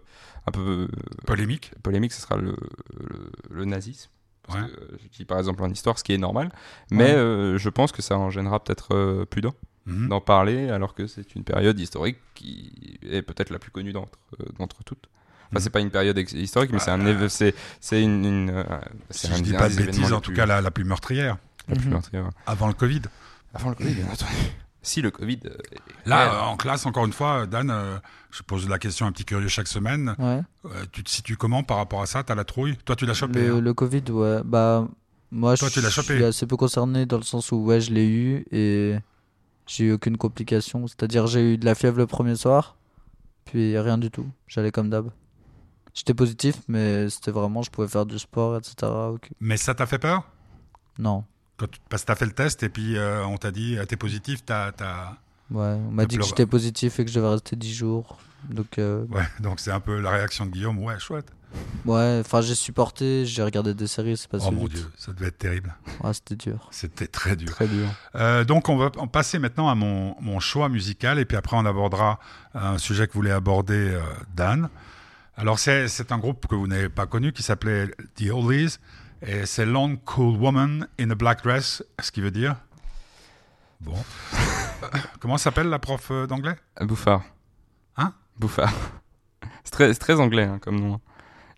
un peu
Polémique.
euh, polémique, ce sera le, le, le nazisme. Parce
Ouais.
que, euh, je dis par exemple en histoire, ce qui est normal, mais
Ouais.
euh, je pense que ça en gênera peut-être euh, plus d'un
Mhm.
d'en parler, alors que c'est une période historique qui est peut-être la plus connue d'entre, euh, d'entre toutes. Enfin,
Mhm. Bah,
c'est pas une période ex- historique, mais c'est un éve- c'est, c'est une, une, euh, c'est
Si
un-
je dis
un
pas
des
de
événements
bêtises,
les
en tout
plus-
cas la, la plus meurtrière,
les plus
Mhm.
meurtriers, ouais.
avant le Covid.
Avant le Covid, bien entendu. Si le Covid. euh, est
Là,
réel.
euh, en classe, encore une fois, euh, Dan, euh, je pose la question à un petit curieux chaque semaine.
Ouais.
Euh, tu te situes comment par rapport à ça T'as la trouille Toi, tu l'as chopé.
Le,
hein.
le Covid, ouais. Bah, moi,
Toi,
je
tu l'as chopé.
suis assez peu concerné dans le sens où, ouais, je l'ai eu et j'ai eu aucune complication. C'est-à-dire, j'ai eu de la fièvre le premier soir, puis rien du tout. J'allais comme d'hab. J'étais positif, mais c'était vraiment, je pouvais faire du sport, etc. Ok.
Mais ça t'a fait peur
Non.
Quand tu, parce que t'as fait le test et puis euh, on t'a dit euh, t'es positif, t'as, t'as...
Ouais, on m'a
T'as
dit que
pleuré.
j'étais positif et que je devais rester 10 jours. Donc, euh,
Ouais, [LAUGHS] donc c'est un peu la réaction de Guillaume. Ouais, chouette.
ouais, enfin, j'ai supporté, j'ai regardé des séries, Bah, c'est passé
oh mon
vite.
dieu, ça devait être terrible.
Ouais, c'était dur.
C'était très dur.
Très dur.
Euh, donc on va en passer maintenant à mon, mon choix musical et puis après on abordera euh, un sujet que voulait aborder euh, Dan. Alors c'est, c'est un groupe que vous n'avez pas connu qui s'appelait The Oldies et c'est Long Cool Woman in a Black Dress, ce qui veut dire... [LAUGHS] Bon. Comment s'appelle la prof euh, d'anglais
Bouffard.
Hein
Bouffard. C'est très, c'est très anglais hein, comme nom. hein.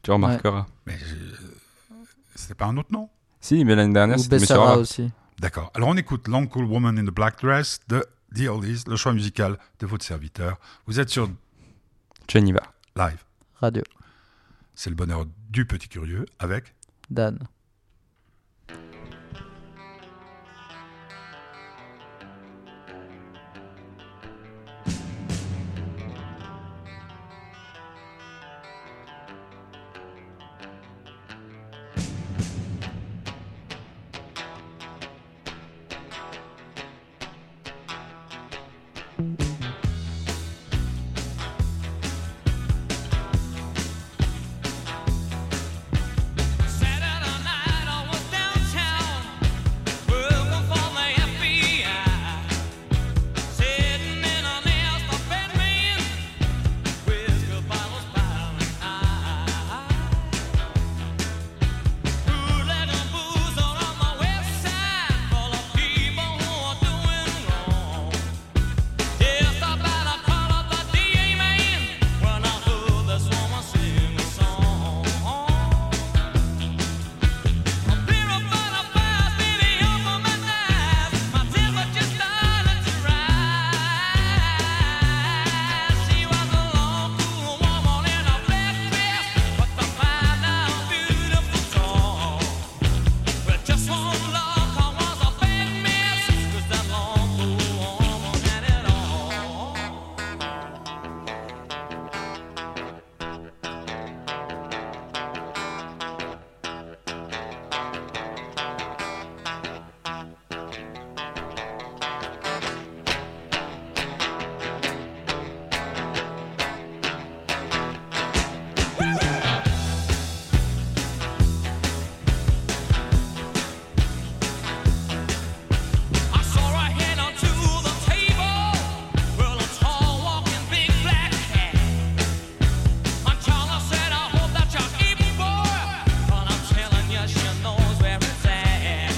Tu remarqueras.
Mais je- c'était pas un autre nom
Si, mais l'année dernière,
Ou
c'était Monsieur
Bessara
Rap.
aussi.
D'accord. Alors on écoute Long Cool Woman in the Black Dress de The Oldies, le choix musical de votre serviteur. Vous êtes sur
Geneva.
Live.
Radio.
C'est le bonheur du petit curieux avec
Dan.
Saturday night I was downtown, working for the FBI, sitting in an airstop bedroom with good bottles piling high. Roulette and booze all on my west side, full of people who are doing wrong. Just about I called the DA man when I heard this woman sing a song. Just one look, I was a bad mess. Cause that long blue woman had it all. I saw her head onto the table. Well, a tall, walking, big black cat. My child said, "I hope that you're evil, boy, but I'm telling you, she knows where it's at."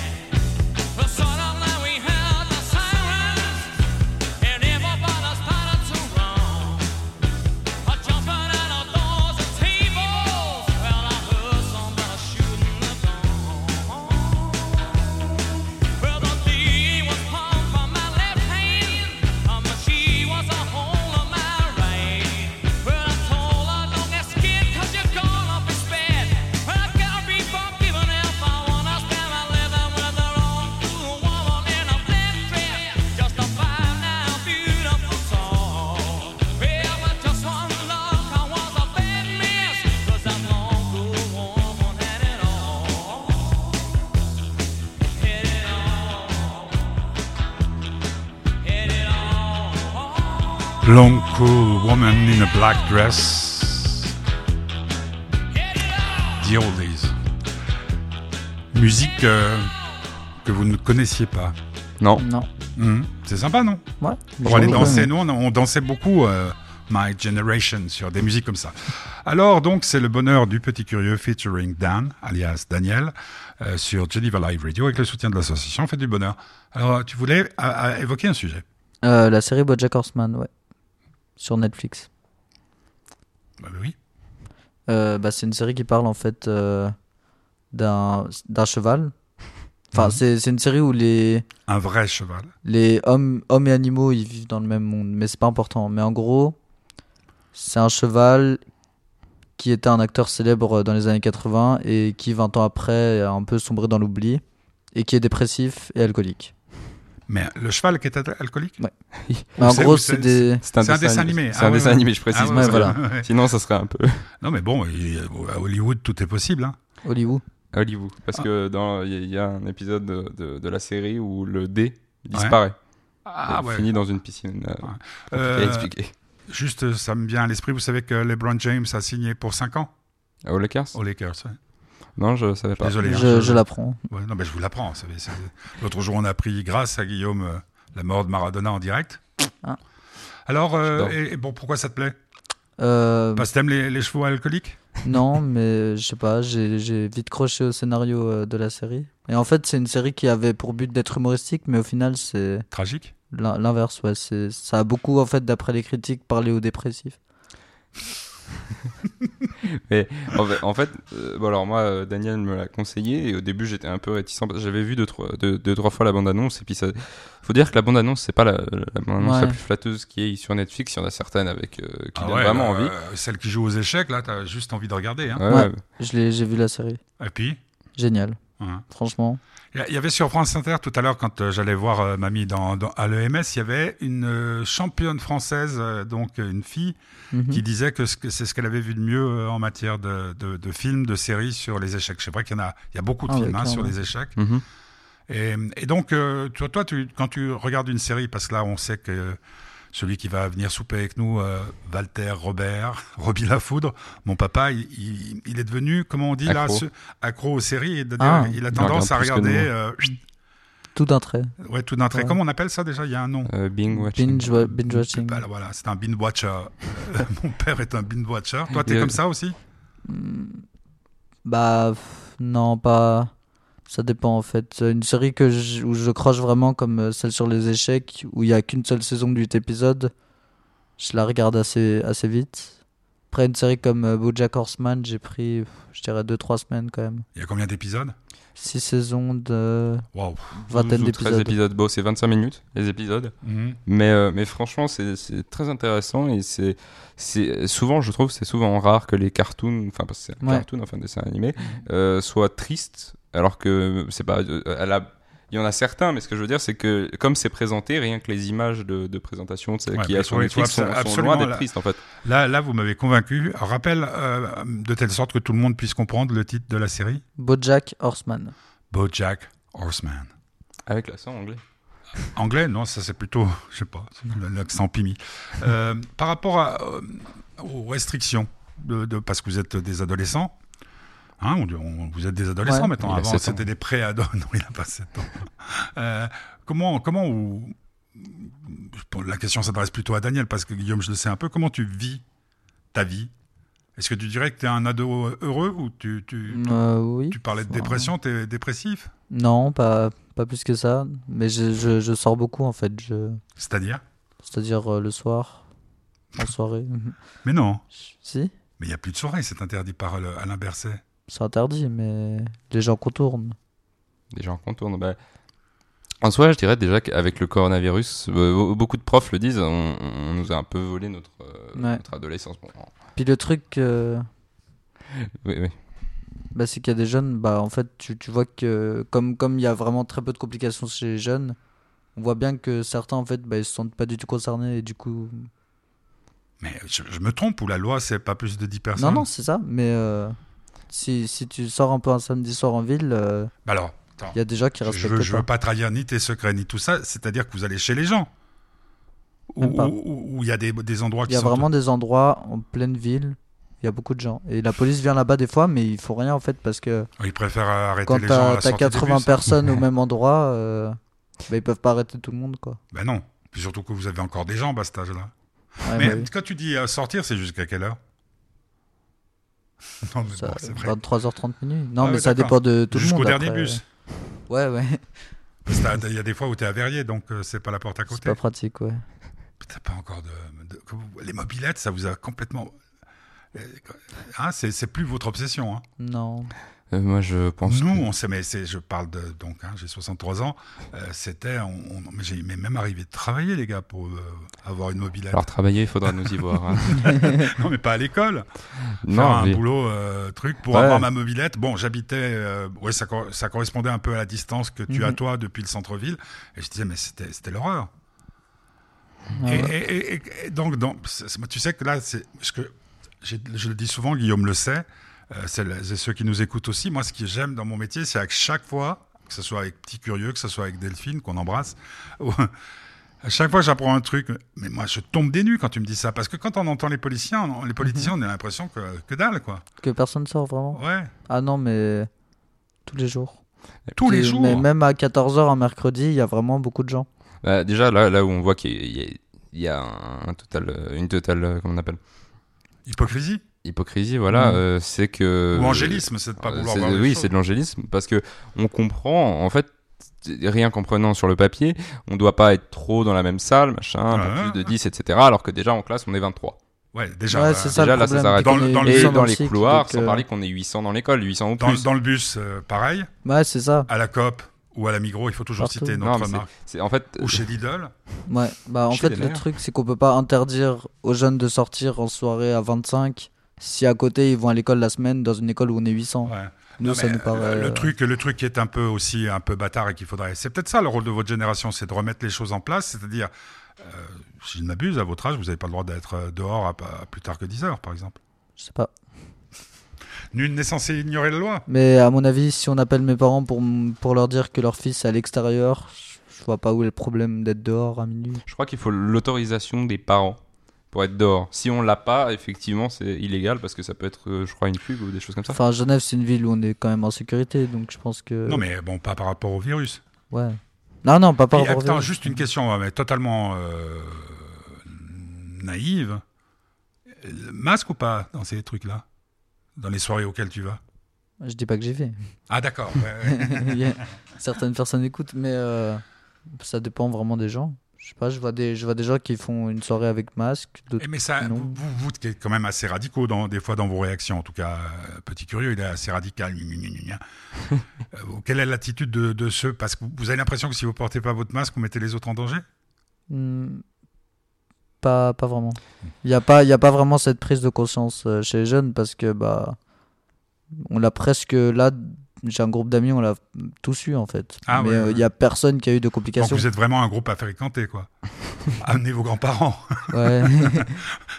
But suddenly we heard the sirens, and everybody started to run. A jumping out of doors and tables. Well, I heard somebody shooting the gun. Well, the D was palm from my left hand, um, she was a hole on my right. Well, I told her don't get scared 'cause you're gonna be spared. Well, I gotta be forgiven if I wanna spend my living with a wrong woman in a black dress, just a fine, beautiful soul. Well, with just one look, I was a bad mess 'cause that long woman had it all. Hit it all. Hit it all.
Long Cool Woman in a Black Dress.
Hit it all.
The Oldies. Musique euh, que vous ne connaissiez pas.
Non.
Non.
Mhm. C'est sympa, non
Ouais.
Pour aller
J'en
danser,
connais.
nous on, on dansait beaucoup euh, My Generation sur des musiques comme ça. Alors donc c'est le bonheur du petit curieux featuring Dan, alias Daniel, euh, sur Geneva Live Radio avec le soutien de l'association Faites du Bonheur. Alors tu voulais euh, euh, évoquer un sujet.
Euh, la série BoJack Horseman, ouais. Sur Netflix.
Bah, oui.
Euh, bah, c'est une série qui parle en fait euh, d'un d'un cheval. Enfin,
Mhm.
c'est c'est une série où les,
Un vrai cheval.
les hommes, hommes et animaux ils vivent dans le même monde, mais c'est pas important. Mais en gros, c'est un cheval qui était un acteur célèbre dans les années 80 et qui 20 ans après a un peu sombré dans l'oubli et qui est dépressif et alcoolique.
Mais le cheval qui est al- alcoolique
Mais en
c'est-
gros,
ou c'est-
c'est des.
C'est un,
C'est un dessin animé.
C'est
Ah
un
ouais,
dessin
ouais.
animé, je précise.
Ah ouais,
parce
ouais,
que
voilà. Ouais.
Sinon, ça serait un peu
Non mais bon, il- à Hollywood tout est possible. hein.
Hollywood.
Hollywood. Parce
Ah.
que dans il y, y a un épisode de, de- de la série où le dé disparaît.
Ah
Il
ouais.
finit dans une piscine.
Ouais.
euh, compliqué [LAUGHS] à
Euh,
expliquer.
juste, ça me vient à l'esprit. Vous savez que LeBron James a signé pour 5 ans
Ah, au Lakers
aux Lakers. ouais.
Non, je savais pas.
Désolé. hein,
Je, je l'apprends.
Ouais, non, mais je vous l'apprends. vous savez, c'est- [LAUGHS] L'autre jour, on a appris, grâce à Guillaume, euh, la mort de Maradona en direct.
Ah.
Alors, euh,
J'adore.
et, et bon, pourquoi ça te plaît
Euh,
Parce que t'aimes les, les chevaux alcooliques
Non, mais je sais pas, j'ai j'ai vite croché au scénario euh, de la série. Et en fait, c'est une série qui avait pour but d'être humoristique, mais au final, c'est
Tragique.
l'in- l'inverse. Ouais, c'est- ça a beaucoup, en fait, d'après les critiques, parlé aux dépressifs.
En fait, en fait, euh, bon, alors moi, euh, Daniel me l'a conseillé et au début j'étais un peu réticent. parce que J'avais vu deux trois, deux, deux, trois fois la bande annonce et puis ça. Faut dire que la bande annonce c'est pas la, la bande annonce la
Ouais.
plus flatteuse qui est sur Netflix. Il y en a certaines avec euh, qui
Ah
donnent
ouais,
vraiment
euh,
envie.
Celle qui joue aux échecs, là, t'as juste envie de regarder. Hein.
Ouais, ouais.
Je l'ai- J'ai vu la série.
Et puis,
Génial.
hein.
Franchement.
il y a- il y avait sur France Inter tout à l'heure, quand euh, j'allais voir euh, mamie dans, dans- à l'EMS, il y avait une euh, championne française, euh, donc euh, une fille,
Mhm.
qui disait que ce que- c'est ce qu'elle avait vu de mieux euh, en matière de, de, de films, de séries sur les échecs. Je sais pas qu'il y en a, il y a beaucoup de
Ah ouais,
films hein, sur
clairement.
les échecs.
Mhm.
Et, et donc, euh, toi, toi, tu, quand tu regardes une série, parce que là, on sait que celui qui va venir souper avec nous, euh, Walter, Robert, [LAUGHS] Roby Lafoudre, mon papa, il, il- il est devenu, comment on dit là,
Accro.
ce- accro aux séries. Et d'ailleurs,
Ah.
il a
Il
tendance à
regarde plus que
regarder
nous.
euh, chut,
Tout d'un trait.
ouais, tout d'un trait.
Ouais.
Comment on appelle ça déjà Il y a un nom.
Euh, Bing watching.
Binge, wa- binge watching.
Bah, voilà, c'est un binge
[LAUGHS]
watcher. Euh, mon père est un binge watcher. Toi,
Il
t'es
a-
comme ça aussi
Hmm. Bah pff, non, pas. Ça dépend en fait. Une série que je- où je croche vraiment comme euh, celle sur les échecs, où il n'y a qu'une seule saison de 8 épisodes, je la regarde assez, assez vite. Après une série comme euh, BoJack Horseman, j'ai pris, pff, je dirais, 2-3 semaines quand même.
Il y a combien d'épisodes
6 saisons de
Waouh.
vingtaine
12 ou 13
d'épisodes.
épisodes. Bon, c'est 25 minutes les épisodes.
Mhm.
Mais, euh, mais franchement, c'est c'est très intéressant et c'est c'est- souvent, je trouve, c'est souvent rare que les cartoons, enfin, parce que c'est un
Ouais. Mhm.
cartoon, enfin, un dessin animé, euh, soient tristes, alors que c'est pas. euh, à la- il y en a certains, mais ce que je veux dire, c'est que comme c'est présenté, rien que les images de, de présentation tu sais,
Ouais,
qu'il y
mais
a sur
oui,
Netflix
toi,
sont, sont
absolument,
loin d'être
là.
tristes, en fait.
Là, là, vous m'avez convaincu. Rappelle euh, de telle sorte que tout le monde puisse comprendre le titre de la série
BoJack Horseman.
BoJack Horseman.
Avec l'accent anglais.
Anglais, non, ça c'est plutôt, je sais pas, c'est le- l'accent pimi. Euh, [LAUGHS] par rapport à, euh, aux restrictions, de, de- parce que vous êtes des adolescents, hein, on- on- vous êtes des adolescents
Ouais.
maintenant,
Il a
avant
sept
c'était
ans.
des pré-ados, [LAUGHS] non il n'a pas 7 ans. Euh, comment, comment vous- bon, la question s'adresse plutôt à Daniel, parce que Guillaume, je le sais un peu, comment tu vis ta vie Est-ce que tu dirais que tu es un ado heureux ou tu, tu,
Euh, oui.
tu parlais de
Enfin,
dépression, tu es dépressif
Non, pas, pas plus que ça. Mais je, je, je sors beaucoup en fait. Je...
C'est-à-dire
C'est-à-dire euh, le soir, en soirée.
Mais non
si,
Mais il n'y a plus de soirée, c'est interdit par le- Alain Berset.
c'est interdit, mais les gens contournent.
Des gens contournent. Bah, en soi, je dirais déjà qu'avec le coronavirus, euh, beaucoup de profs le disent, on, on nous a un peu volé notre, euh,
Ouais.
notre adolescence. Bon, en-
Puis le truc, euh,
oui, oui.
bah, c'est qu'il y a des jeunes, bah, en fait, tu, tu vois que comme comme il y a vraiment très peu de complications chez les jeunes, on voit bien que certains, en fait, bah, ils se sentent pas du tout concernés et du coup.
Mais je, je me trompe ou la loi, c'est pas plus de 10 personnes
Non, non, c'est ça, mais euh, si, si tu sors un peu un samedi soir en ville, euh,
Bah alors, attends.
il y a des gens qui
Je- Je
respectent
veux, je
pas.
veux pas trahir ni tes secrets ni tout ça, c'est-à-dire que vous allez chez les gens. Où
Même pas.
où- où- où il y a des, des endroits
Il
qui
y a
sont.
vraiment des endroits en pleine ville, il y a beaucoup de gens. Et la police vient là-bas des fois, mais ils font rien en fait parce que.
Ils préfèrent arrêter
quand
les gens à
t'as
la
t'as
sortie des bus.
80
hein.
personnes au même endroit, euh, bah, ils peuvent pas arrêter tout le monde quoi.
Bah non. Puis surtout que vous avez encore des gens à cet âge-là.
Ouais,
mais
bah oui.
quand tu dis euh, sortir, c'est jusqu'à quelle heure [LAUGHS] Non, mais
Ça-
bon, c'est vrai.
23h30 minuit. Non,
Ah
mais
oui,
ça
d'accord.
dépend de tout le monde.
Jusqu'au dernier
après.
bus.
Ouais, ouais.
Parce que t'as- Il y a des fois où tu es à Verrier, donc euh, c'est pas la porte à
C'est
côté.
pas pratique, ouais.
T'as pas encore de, de- comment- Les mobilettes, ça vous a complètement. Euh, Hein, c'est c'est plus votre obsession. hein.
Non.
Euh, moi, je pense.
Nous, on sait, mais c'est- je parle de. Donc, hein, j'ai 63 ans. euh, C'était. on- on- mais J'ai mais même arrivé de travailler, les gars, pour euh, avoir une mobilette.
Alors travailler, il faudra nous y voir. [LAUGHS] hein.
non, mais pas à l'école. Faire
non,
un
mais-
boulot, euh, truc, pour
Ouais.
avoir ma mobilette. Bon, j'habitais. euh, ouais, ça, cor- ça correspondait un peu à la distance que tu as,
Mhm.
toi, depuis le centre-ville. Et je disais, mais c'était c'était l'horreur.
Ouais,
Ah
Et,
ouais.
et- et- et- et donc, donc, c'est- c'est- tu sais que là, c'est ce que j'ai- je le dis souvent, Guillaume le sait, euh, c'est le- c'est ceux qui nous écoutent aussi. Moi, ce que j'aime dans mon métier, c'est à chaque fois, que ce soit avec Petit Curieux, que ce soit avec Delphine, qu'on embrasse, [LAUGHS] ou- à chaque fois, j'apprends un truc. Mais moi, je tombe des nues quand tu me dis ça, parce que quand on entend les policiers, on- les politiciens, on a l'impression que, que dalle, quoi.
Que personne sort vraiment.
Ouais,
Ah non, mais tous les jours.
tous les
Et-
jours.
Mais même à 14h un mercredi, il y a vraiment beaucoup de gens.
Bah, déjà, là, là où on voit qu'il y a- il y a, il y a un, un total, euh, une totale, euh, comment on appelle
Hypocrisie
Hypocrisie, voilà,
Mhm.
euh, c'est que.
ou angélisme, c'est de pas
Euh,
vouloir
c'est-
voir. les
Oui,
choses.
c'est de l'angélisme, parce que on comprend, en fait, rien qu'en prenant sur le papier, on doit pas être trop dans la même salle, machin, un peu
Ouais.
plus de 10, etc. Alors que déjà, en classe, on est 23.
Ouais, déjà.
ouais,
bah,
c'est ça
déjà,
le
là, ça
problème.
s'arrête.
dès qu'on
Dans le-
est
dans le-
Et
800
dans les
cycle,
couloirs,
donc,
sans
euh,
parler qu'on est 800 dans l'école, 800 ou
Dans,
plus.
dans le bus, euh, pareil.
Ouais, c'est ça.
À la COP ou à la Migros, il faut toujours
Partout.
citer
Non,
notre
mais c'est-
marque.
c'est en fait.
Ou chez Lidl.
Ouais, bah en
Chez
fait
les
le
meilleurs.
truc c'est qu'on peut pas interdire aux jeunes de sortir en soirée à 25 si à côté ils vont à l'école la semaine dans une école où on est 800.
Ouais.
Nous
Non,
ça
mais,
nous paraît
euh,
euh,
Le truc, le truc qui est un peu aussi un peu bâtard et qu'il faudrait. C'est peut-être ça le rôle de votre génération, c'est de remettre les choses en place, c'est-à-dire, euh, si je ne m'abuse, à votre âge, vous n'avez pas le droit d'être euh, dehors à, pas- à plus tard que 10 heures, par exemple.
je sais pas.
Nul n'est censé ignorer la loi.
Mais à mon avis, si on appelle mes parents pour m- pour leur dire que leur fils est à l'extérieur, je- je vois pas où est le problème d'être dehors à minuit.
Je crois qu'il faut l'autorisation des parents pour être dehors. Si on l'a pas, effectivement, c'est illégal parce que ça peut être, euh, je crois, une fugue ou des choses comme ça.
Enfin, Genève, c'est une ville où on est quand même en sécurité, donc je pense que
Non, mais bon, pas par rapport au virus.
ouais. Non non, pas par
Et,
rapport au
attends,
virus.
juste une question, euh, mais totalement euh, naïve. Le Masque ou pas dans ces trucs-là, dans les soirées auxquelles tu vas
Je dis pas que j'y vais.
Ah, d'accord. ouais, ouais.
[LAUGHS] Il y a- Certaines personnes écoutent, mais euh, ça dépend vraiment des gens. Je sais pas, je vois des, je vois des gens qui font une soirée avec masque. d'autres-
Eh, Mais ça,
Non.
vous, vous, vous qui êtes quand même assez radicaux dans, des fois dans vos réactions. En tout cas, euh, petit curieux, il est assez radical. Gna, gna,
[LAUGHS]
gna, gna. Euh, quelle est l'attitude de, de ceux Parce que vous- vous avez l'impression que si vous portez pas votre masque, vous mettez les autres en danger.
Hmm, pas, pas vraiment. Il n'y a, pas- il y a pas vraiment cette prise de conscience euh, chez les jeunes parce que bah, on l'a presque là. J'ai un groupe d'amis, on l'a tous eu en fait.
Ah,
mais
ouais,
euh, il
ouais.
y a personne qui a eu de
Donc
complications.
vous êtes vraiment un groupe à fréquenter,
[LAUGHS]
quoi. amenez vos grands-parents.
Ouais.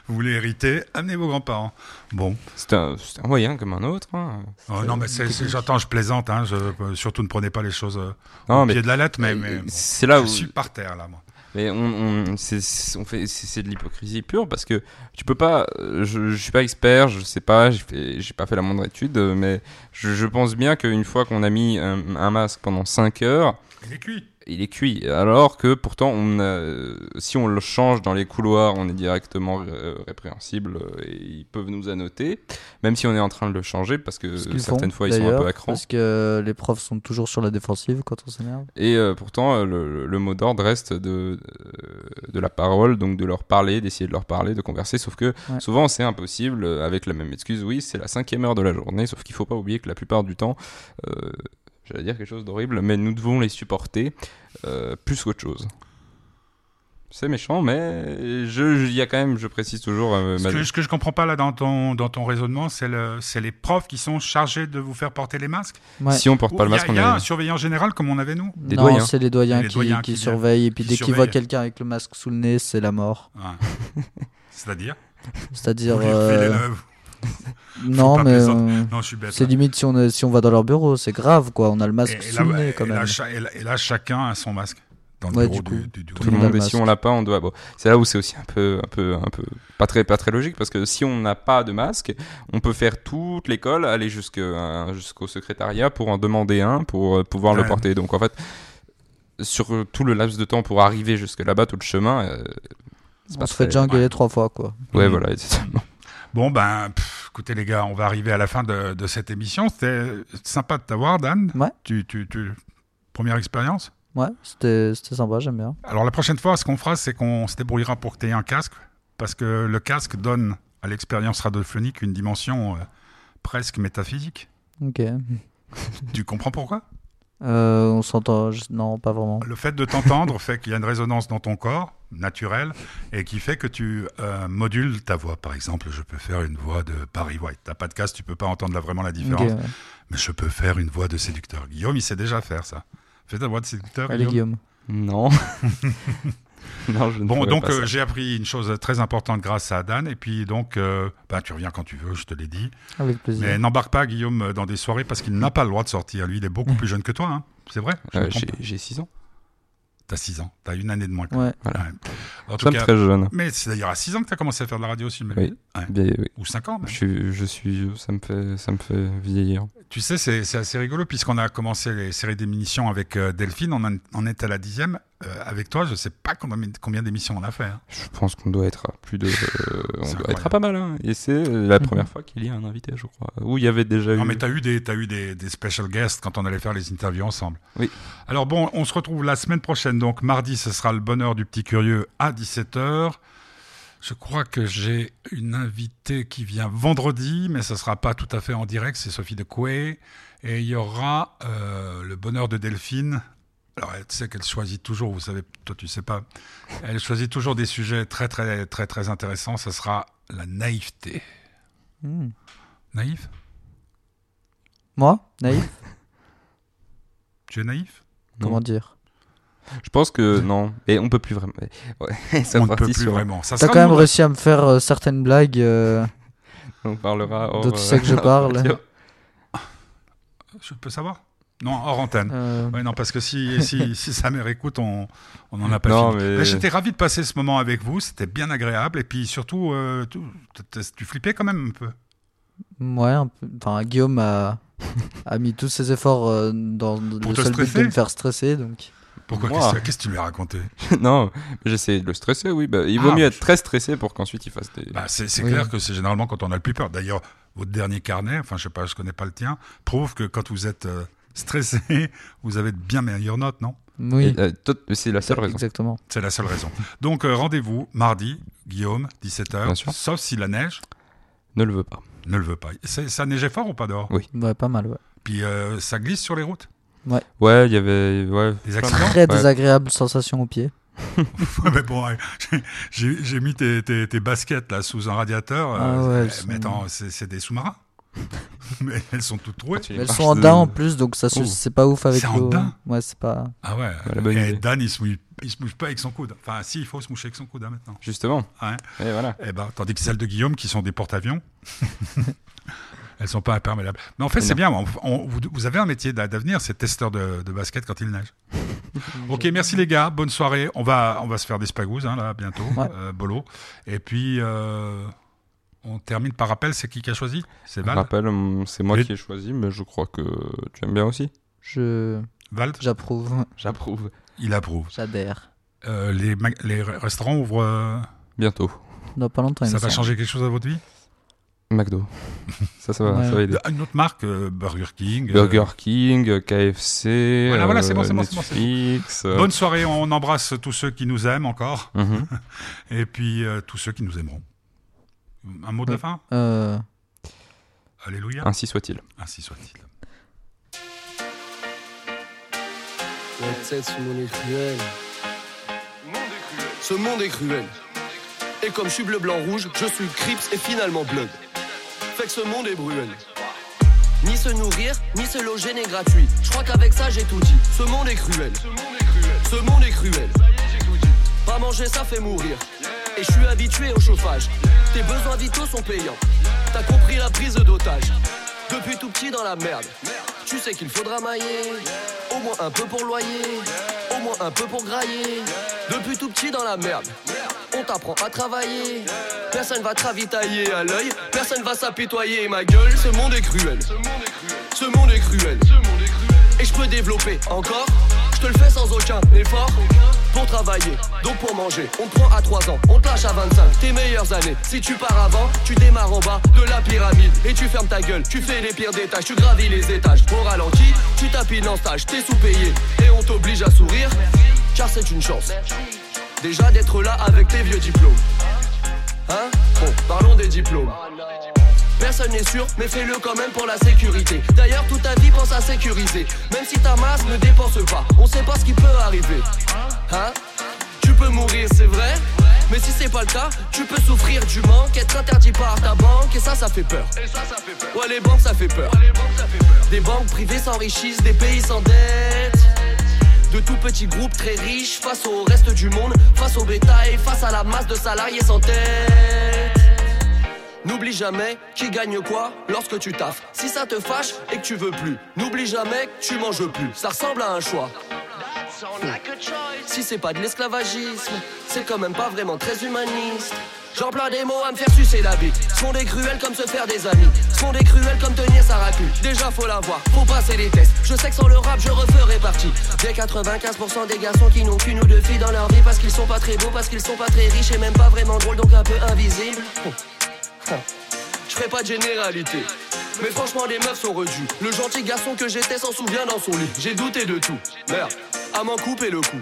Vous voulez hériter Amenez vos grands-parents. Bon.
C'est un, c'est un moyen comme un autre. hein.
Oh, non, mais c'est- c'est- j'entends, je plaisante. Hein, je, euh, surtout ne prenez pas les choses euh,
Non,
au
mais euh,
pied de la lettre, mais, mais bon,
c'est là où
je suis par terre là, moi.
mais on, on- c'est- c'est- on fait c'est c'est de l'hypocrisie pure parce que tu peux pas. euh, Je, je suis pas expert, je sais pas, j'ai fait- j'ai pas fait la moindre étude, euh, mais je, je pense bien qu'une fois qu'on a mis un, un masque pendant 5 heures,
Il est cuit.
il est cuit. Alors que pourtant, on a- si on le change dans les couloirs, on est directement euh, répréhensible euh, et ils peuvent nous annoter, même si on est en train de le changer parce
[LAUGHS]
que
Ce qu'ils
Euh, certaines
font,
fois ils sont un
d'ailleurs,
peu à cran.
Parce que les profs sont toujours sur la défensive quand on s'énerve.
Et euh, pourtant, euh, le, le mot d'ordre reste de, euh, de la parole, donc de leur parler, d'essayer de leur parler, de converser. Sauf que
Ouais.
souvent, c'est impossible euh, avec la même excuse. Oui, c'est la cinquième heure de la journée, sauf qu'il faut pas oublier que la plupart du temps, euh, j'allais dire quelque chose d'horrible, mais nous devons les supporter euh, plus qu'autre chose. C'est méchant, mais je, je- il y a quand même, je précise toujours, euh,
Ce
ma-
que, ce que je comprends pas là dans ton, dans ton raisonnement, c'est le, c'est les profs qui sont chargés de vous faire porter les masques.
Ouais.
si on porte pas
Il
le
y a-
masque, on
Il y a
a...
un surveillant général comme on avait nous.
Des
non,
doyens.
c'est les doyens,
Les
qui,
doyens
qui
qui viennent-
surveillent et puis
qui
dès qu'ils voient
surveillent.
quelqu'un avec le masque sous le nez, c'est la mort.
Ouais. C'est-à-dire
C'est-à-dire
Vous lui
euh,
filez le-
non
pas
mais
plaisanter.
euh,
Non, je suis bête.
c'est limite si on est- si on va dans leur bureau, c'est grave quoi. On a le masque
Et- et
sous le
là-
nez quand
et
même.
là, cha- et là- et là, chacun a son masque dans le
Ouais,
bureau
du coup.
du, du- du-
tout le
monde a
monde
le
et si
masque.
on l'a pas on doit bon c'est là où c'est aussi un peu un peu un peu pas très pas très logique parce que si on n'a pas de masque on peut faire toute l'école aller jusque un- jusqu'au secrétariat pour en demander un pour euh, pouvoir
Ouais.
le porter donc en fait sur euh, tout le laps de temps pour arriver jusque là-bas tout le chemin euh, c'est
on
pas
se fait
très
déjà engueuler trois fois quoi.
ouais voilà exactement.
Bon, ben, pff, écoutez les gars, on va arriver à la fin de, de cette émission. C'était sympa de t'avoir, Dan.
Ouais.
Tu, tu, tu- Première expérience
Ouais, c'était c'était sympa, j'aime bien.
Alors la prochaine fois, ce qu'on fera, c'est qu'on se débrouillera pour que tu aies un casque, parce que le casque donne à l'expérience radiophonique une dimension euh, presque métaphysique.
Ok.
Tu comprends pourquoi
Euh, on s'entend je- non pas vraiment.
Le fait de t'entendre fait qu'il y a une résonance dans ton corps, naturelle, et qui fait que tu euh, modules ta voix. Par exemple, je peux faire une voix de Barry White. T'as pas de casque, tu peux pas entendre là vraiment la
Ok,
différence.
ouais.
Mais je peux faire une voix de séducteur. Guillaume, il sait déjà faire ça. Fais ta voix de séducteur.
Allez
Guillaume.
Guillaume.
[LAUGHS] non non je ne
Bon,
ferai
donc
pas ça.
euh, j'ai appris une chose très importante grâce à Dan. Et puis donc, euh, bah, tu reviens quand tu veux, je te l'ai dit.
Avec plaisir.
Mais n'embarque pas Guillaume euh, dans des soirées parce qu'il n'a pas le droit de sortir. Lui, il est beaucoup plus jeune que toi. hein. C'est vrai Je me
Euh,
trompe
j'ai- j'ai 6 ans
T'as 6 ans. T'as une année de moins. que
Ouais.
moi. Ouais. En
Nous
tout
sommes
cas,
très jeune
mais c'est d'ailleurs à 6 ans que t'as commencé à faire de la radio aussi. mais-
oui.
Ouais.
Bien, oui.
Ou 5 ans. même.
je suis je suis vieux, ça me fait ça me fait vieillir
Tu sais, c'est c'est assez rigolo puisqu'on a commencé les séries d'émissions avec euh, Delphine. On, en- on est à la dixième. Euh, avec toi, je sais pas combien, combien d'émissions on a fait. hein.
Je pense qu'on doit être à plus de. euh, on doit
incroyable.
être à pas mal. hein. Et c'est euh, la
Mhm.
première fois qu'il y a un invité, je crois. Où il y avait déjà
Non,
eu.
mais t'as eu, des, t'as eu des, des special guests quand on allait faire les interviews ensemble.
Oui.
Alors bon, on se retrouve la semaine prochaine. Donc mardi, ce sera le bonheur du petit curieux à 17h. Je crois que j'ai une invitée qui vient vendredi, mais ce ne sera pas tout à fait en direct. C'est Sophie de Coué. Et il y aura euh, le bonheur de Delphine. Alors, elle sait qu'elle choisit toujours, vous savez, toi tu sais pas. Elle choisit toujours des sujets très, très, très, très intéressants. Ce sera la naïveté.
Hmm.
Naïf
Moi Naïf
Tu es naïf
Comment dire
Je pense que non. Et on peut plus vraiment. Ouais, [LAUGHS] ça hein.
On ne
partit
peut plus
sur-
vraiment. Ça
T'as
sera
quand même
nous-
réussi à me faire euh, certaines blagues euh,
On parlera.
dont
[LAUGHS] hors,
tu sais que je
euh,
parle.
radio.
hein. Je peux savoir Non, hors antenne.
Euh,
Ouais, non, parce que si,
[LAUGHS]
si, si sa mère écoute, on on n'en a pas
Non,
fini.
mais-
Mais J'étais ravi de passer ce moment avec vous, c'était bien agréable. Et puis surtout, euh, tu, tu- tu flippais quand même un peu.
ouais, un peu. Enfin,
[LAUGHS]
Guillaume a, a mis tous ses efforts euh, dans le
te
seul but de
stresser
me faire stresser. Donc,
Pourquoi
Moi.
Qu'est-ce que- Qu'est-ce que tu lui as raconté
non, j'essaie de le stresser. Oui, bah, il vaut
Ah,
mieux
bah,
être très stressé pour qu'ensuite il fasse des.
bah, C'est c'est
Oui.
clair que c'est généralement quand on a le plus peur. D'ailleurs, votre dernier carnet, enfin je sais pas, je connais pas le tien, prouve que quand vous êtes euh, stressé, [LAUGHS] vous avez de bien meilleures notes, non
oui,
Et, euh, tot- c'est la seule raison.
exactement.
C'est la seule raison. Donc euh, rendez-vous mardi, Guillaume,
Bien
17h,
sûr.
sauf si la neige
Ne le veux pas.
ne le veut pas. C'est- Ça neigeait fort ou pas dehors
Oui.
Ouais, pas mal, ouais.
Puis euh, ça glisse sur les routes
Ouais, il y avait. Ouais.
Des
plein de-
accidents
Très
Ouais.
désagréable sensation aux pieds.
Ouais, [LAUGHS] mais bon, ouais, j'ai- j'ai j'ai mis tes, tes- tes baskets là sous un radiateur.
Ah
euh,
ouais,
mais-
elles sont-
Mais attends, c'est c'est des sous-marins. [LAUGHS] mais elles sont toutes trouées.
Quand il
Mais elles
marche
sont en
de-
daim en plus, donc ça se-
Ouh.
c'est pas ouf avec
Oh. C'est en
l'eau.
daim
Ouais, c'est pas.
Ah ouais.
la bonne
et
idée.
Dan, il se, mouille, il se mouche pas avec son coude. Enfin, si, il faut se moucher avec son coude hein, maintenant.
Justement.
Ouais.
Et voilà.
Eh ben, tandis que celles de Guillaume, qui sont des porte-avions, [LAUGHS] elles sont pas imperméables. Mais en fait,
Mais
c'est bien. on- on- vous, vous avez un métier d'a- d'avenir, c'est testeur de, de basket quand il neige. ok, merci les gars. Bonne soirée. On va, on va se faire des spagouzes hein, là bientôt,
Ouais.
euh, Bolo. Et puis. euh, on termine par rappel, c'est qui qui a choisi C'est Val
Rappel, hum, c'est moi
Et-
qui ai choisi, mais je crois que tu aimes bien aussi.
Je.
Val, [LAUGHS]
J'approuve.
J'approuve.
il approuve.
J'adhère.
Euh, les, mag- les re- restaurants ouvrent. euh,
Bientôt.
Dans pas longtemps, il
ça
me
va
semble.
changer quelque chose à votre vie [LAUGHS]
McDo. ça, ça va,
Ouais.
ça va aider.
Une autre marque, euh, Burger King. euh,
Burger King, euh, KFC,
Voilà, voilà, c'est bon,
euh,
c'est bon, c'est bon, c'est bon.
Netflix. euh,
Bonne soirée, on embrasse tous ceux qui nous aiment encore.
mhm.
Et puis euh, tous ceux qui nous aimeront. Un mot de la fin
Euh,
Alléluia.
Ainsi soit-il.
Ainsi soit-il.
La tête, ce monde est cruel. Ce monde est cruel. Et comme je suis bleu, blanc, rouge, je suis Crips et finalement Blood. Fait que ce monde est bruel. Ni se nourrir, ni se loger n'est gratuit. Je crois qu'avec ça, j'ai tout dit. Ce monde est cruel. Ce monde est cruel. Pas manger, ça fait mourir. Et je suis habitué au chauffage. Tes besoins vitaux sont payants. T'as compris la prise d'otage. Depuis tout petit dans la merde. Tu sais qu'il faudra mailler. Au moins un peu pour loyer. Au moins un peu pour grailler. Depuis tout petit dans la merde. On t'apprend à travailler. Personne va te ravitailler à l'œil. Personne va s'apitoyer. Ma gueule, ce monde est cruel. Ce monde est cruel. Et je peux développer encore. Je te le fais sans aucun effort. Pour travailler, donc pour manger. On te prend à 3 ans, on te lâche à 25. Tes meilleures années. Si tu pars avant, tu démarres en bas de la pyramide. Et tu fermes ta gueule, tu fais les pires des tâches. Tu gravis les étages. Au ralenti, tu tapines en stage. T'es sous-payé et on t'oblige à sourire. Car c'est une chance. Déjà d'être là avec tes vieux diplômes. Hein Bon, parlons des diplômes. Personne n'est sûr, mais fais-le quand même pour la sécurité. D'ailleurs, toute ta vie pense à sécuriser. Même si ta masse ne dépense pas, on sait pas ce qui peut arriver. Hein Tu peux mourir, c'est vrai. Mais si c'est pas le cas, tu peux souffrir du manque, être interdit par ta banque, et ça, ça fait peur. Ouais, les banques, ça fait peur. Des banques privées s'enrichissent, des pays s'endettent. De tout petits groupes très riches face au reste du monde, face au bétail, face à la masse de salariés sans tête. N'oublie jamais qui gagne quoi lorsque tu taffes. Si ça te fâche et que tu veux plus, n'oublie jamais que tu manges plus. Ça ressemble à un choix. Si c'est pas de l'esclavagisme, c'est quand même pas vraiment très humaniste. J'en plein des mots à me faire sucer la bite. Sont des cruels comme se faire des amis. Sont des cruels comme tenir sa raclue. Déjà faut l'avoir, faut passer les tests. Je sais que sans le rap, je referai partie. Des 95% des garçons qui n'ont qu'une ou deux filles dans leur vie parce qu'ils sont pas très beaux, parce qu'ils sont pas très riches et même pas vraiment drôles, donc un peu invisibles. Je ferai pas de généralité. Mais franchement, les meufs sont redues. Le gentil garçon que j'étais s'en souvient dans son lit. J'ai douté de tout. Merde. à m'en couper le cou.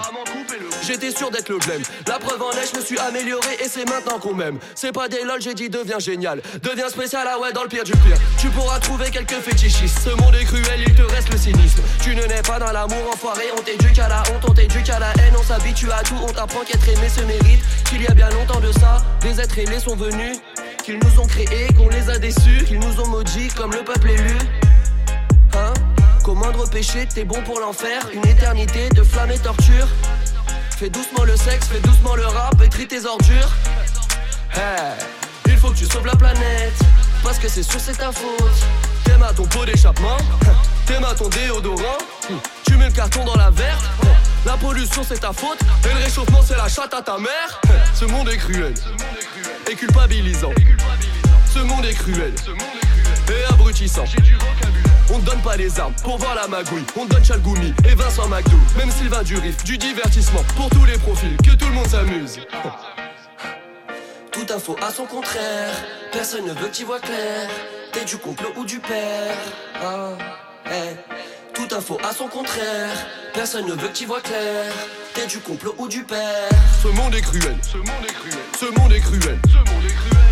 J'étais sûr d'être le blême. La preuve en est, je me suis amélioré et c'est maintenant qu'on m'aime. C'est pas des lol, j'ai dit deviens génial. Deviens spécial, ah ouais, dans le pire du pire. Tu pourras trouver quelques fétichistes. Ce monde est cruel, il te reste le cynisme. Tu ne nais pas dans l'amour enfoiré. On t'éduque à la honte, on t'éduque à la haine. On s'habitue à tout, on t'apprend qu'être aimé se mérite. Qu'il y a bien longtemps de ça, des êtres ailés sont venus. Qu'ils nous ont créés, qu'on les a déçus. Qu'ils nous ont maudits comme le peuple élu. Hein Qu'au moindre péché, t'es bon pour l'enfer. Une éternité de flammes et torture. Fais doucement le sexe, fais doucement le rap et trie tes ordures. Hey, il faut que tu sauves la planète. Parce que c'est sûr, c'est ta faute. T'aimes à ton pot d'échappement, [LAUGHS] t'aimes à ton déodorant. Hmm. Tu mets le carton dans la verte. hmm. La pollution, c'est ta faute. Et le réchauffement, c'est la chatte à ta mère. [LAUGHS] Ce monde est cruel et culpabilisant. Ce monde est cruel et abrutissant. On te donne pas les armes pour voir la magouille. On te donne Chalgoumi et Vincent McDo. Même Sylvain Durif, du divertissement pour tous les profils. Que tout le monde s'amuse. Tout info à son contraire. Personne ne veut que t'y vois clair. T'es du complot ou du père. Ah, eh. Tout info à son contraire. Personne ne veut que t'y vois clair. T'es du complot ou du père. Ce monde est cruel. Ce monde est cruel. Ce monde est cruel.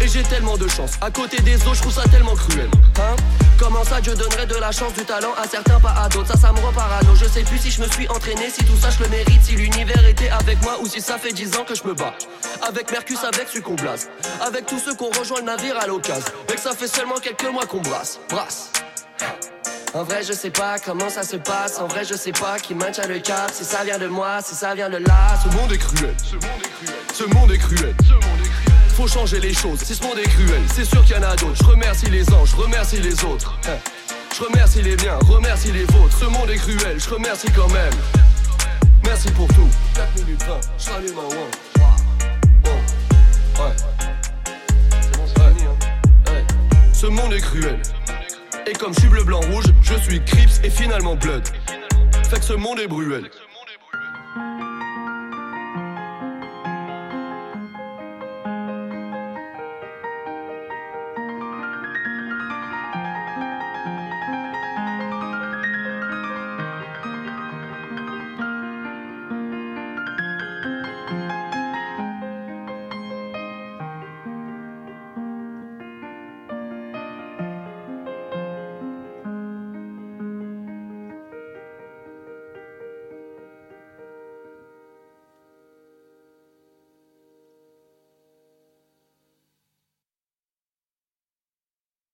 Et j'ai tellement de chance. À côté des autres, je trouve ça tellement cruel. Hein Comment ça, Dieu donnerait de la chance, du talent à certains, pas à d'autres. Ça, ça me rend parano. Je sais plus si je me suis entraîné, si tout ça, je le mérite. Si l'univers était avec moi ou si ça fait 10 ans que je me bats. Avec Mercus, avec celui qu'on blase. Avec tous ceux qu'on rejoint le navire à l'occasion. Et que ça fait seulement quelques mois qu'on brasse. Brasse. En vrai, je sais pas comment ça se passe. En vrai, je sais pas qui maintient le cap. Si ça vient de moi, si ça vient de là. Ce monde est cruel. Ce monde est cruel. Ce monde est cruel. Faut changer les choses. Si ce monde est cruel, c'est sûr qu'il y en a d'autres. Je remercie les anges, je remercie les autres. Je remercie les biens, remercie les vôtres. Ce monde est cruel, je remercie quand même. Merci pour tout. 4 minutes 20, je rallume en one. One. Ouais. Ouais. hein. Ouais. Ce monde est cruel. Et comme je suis bleu, blanc, rouge, je suis Crips et finalement Blood. Fait que ce monde est bruel.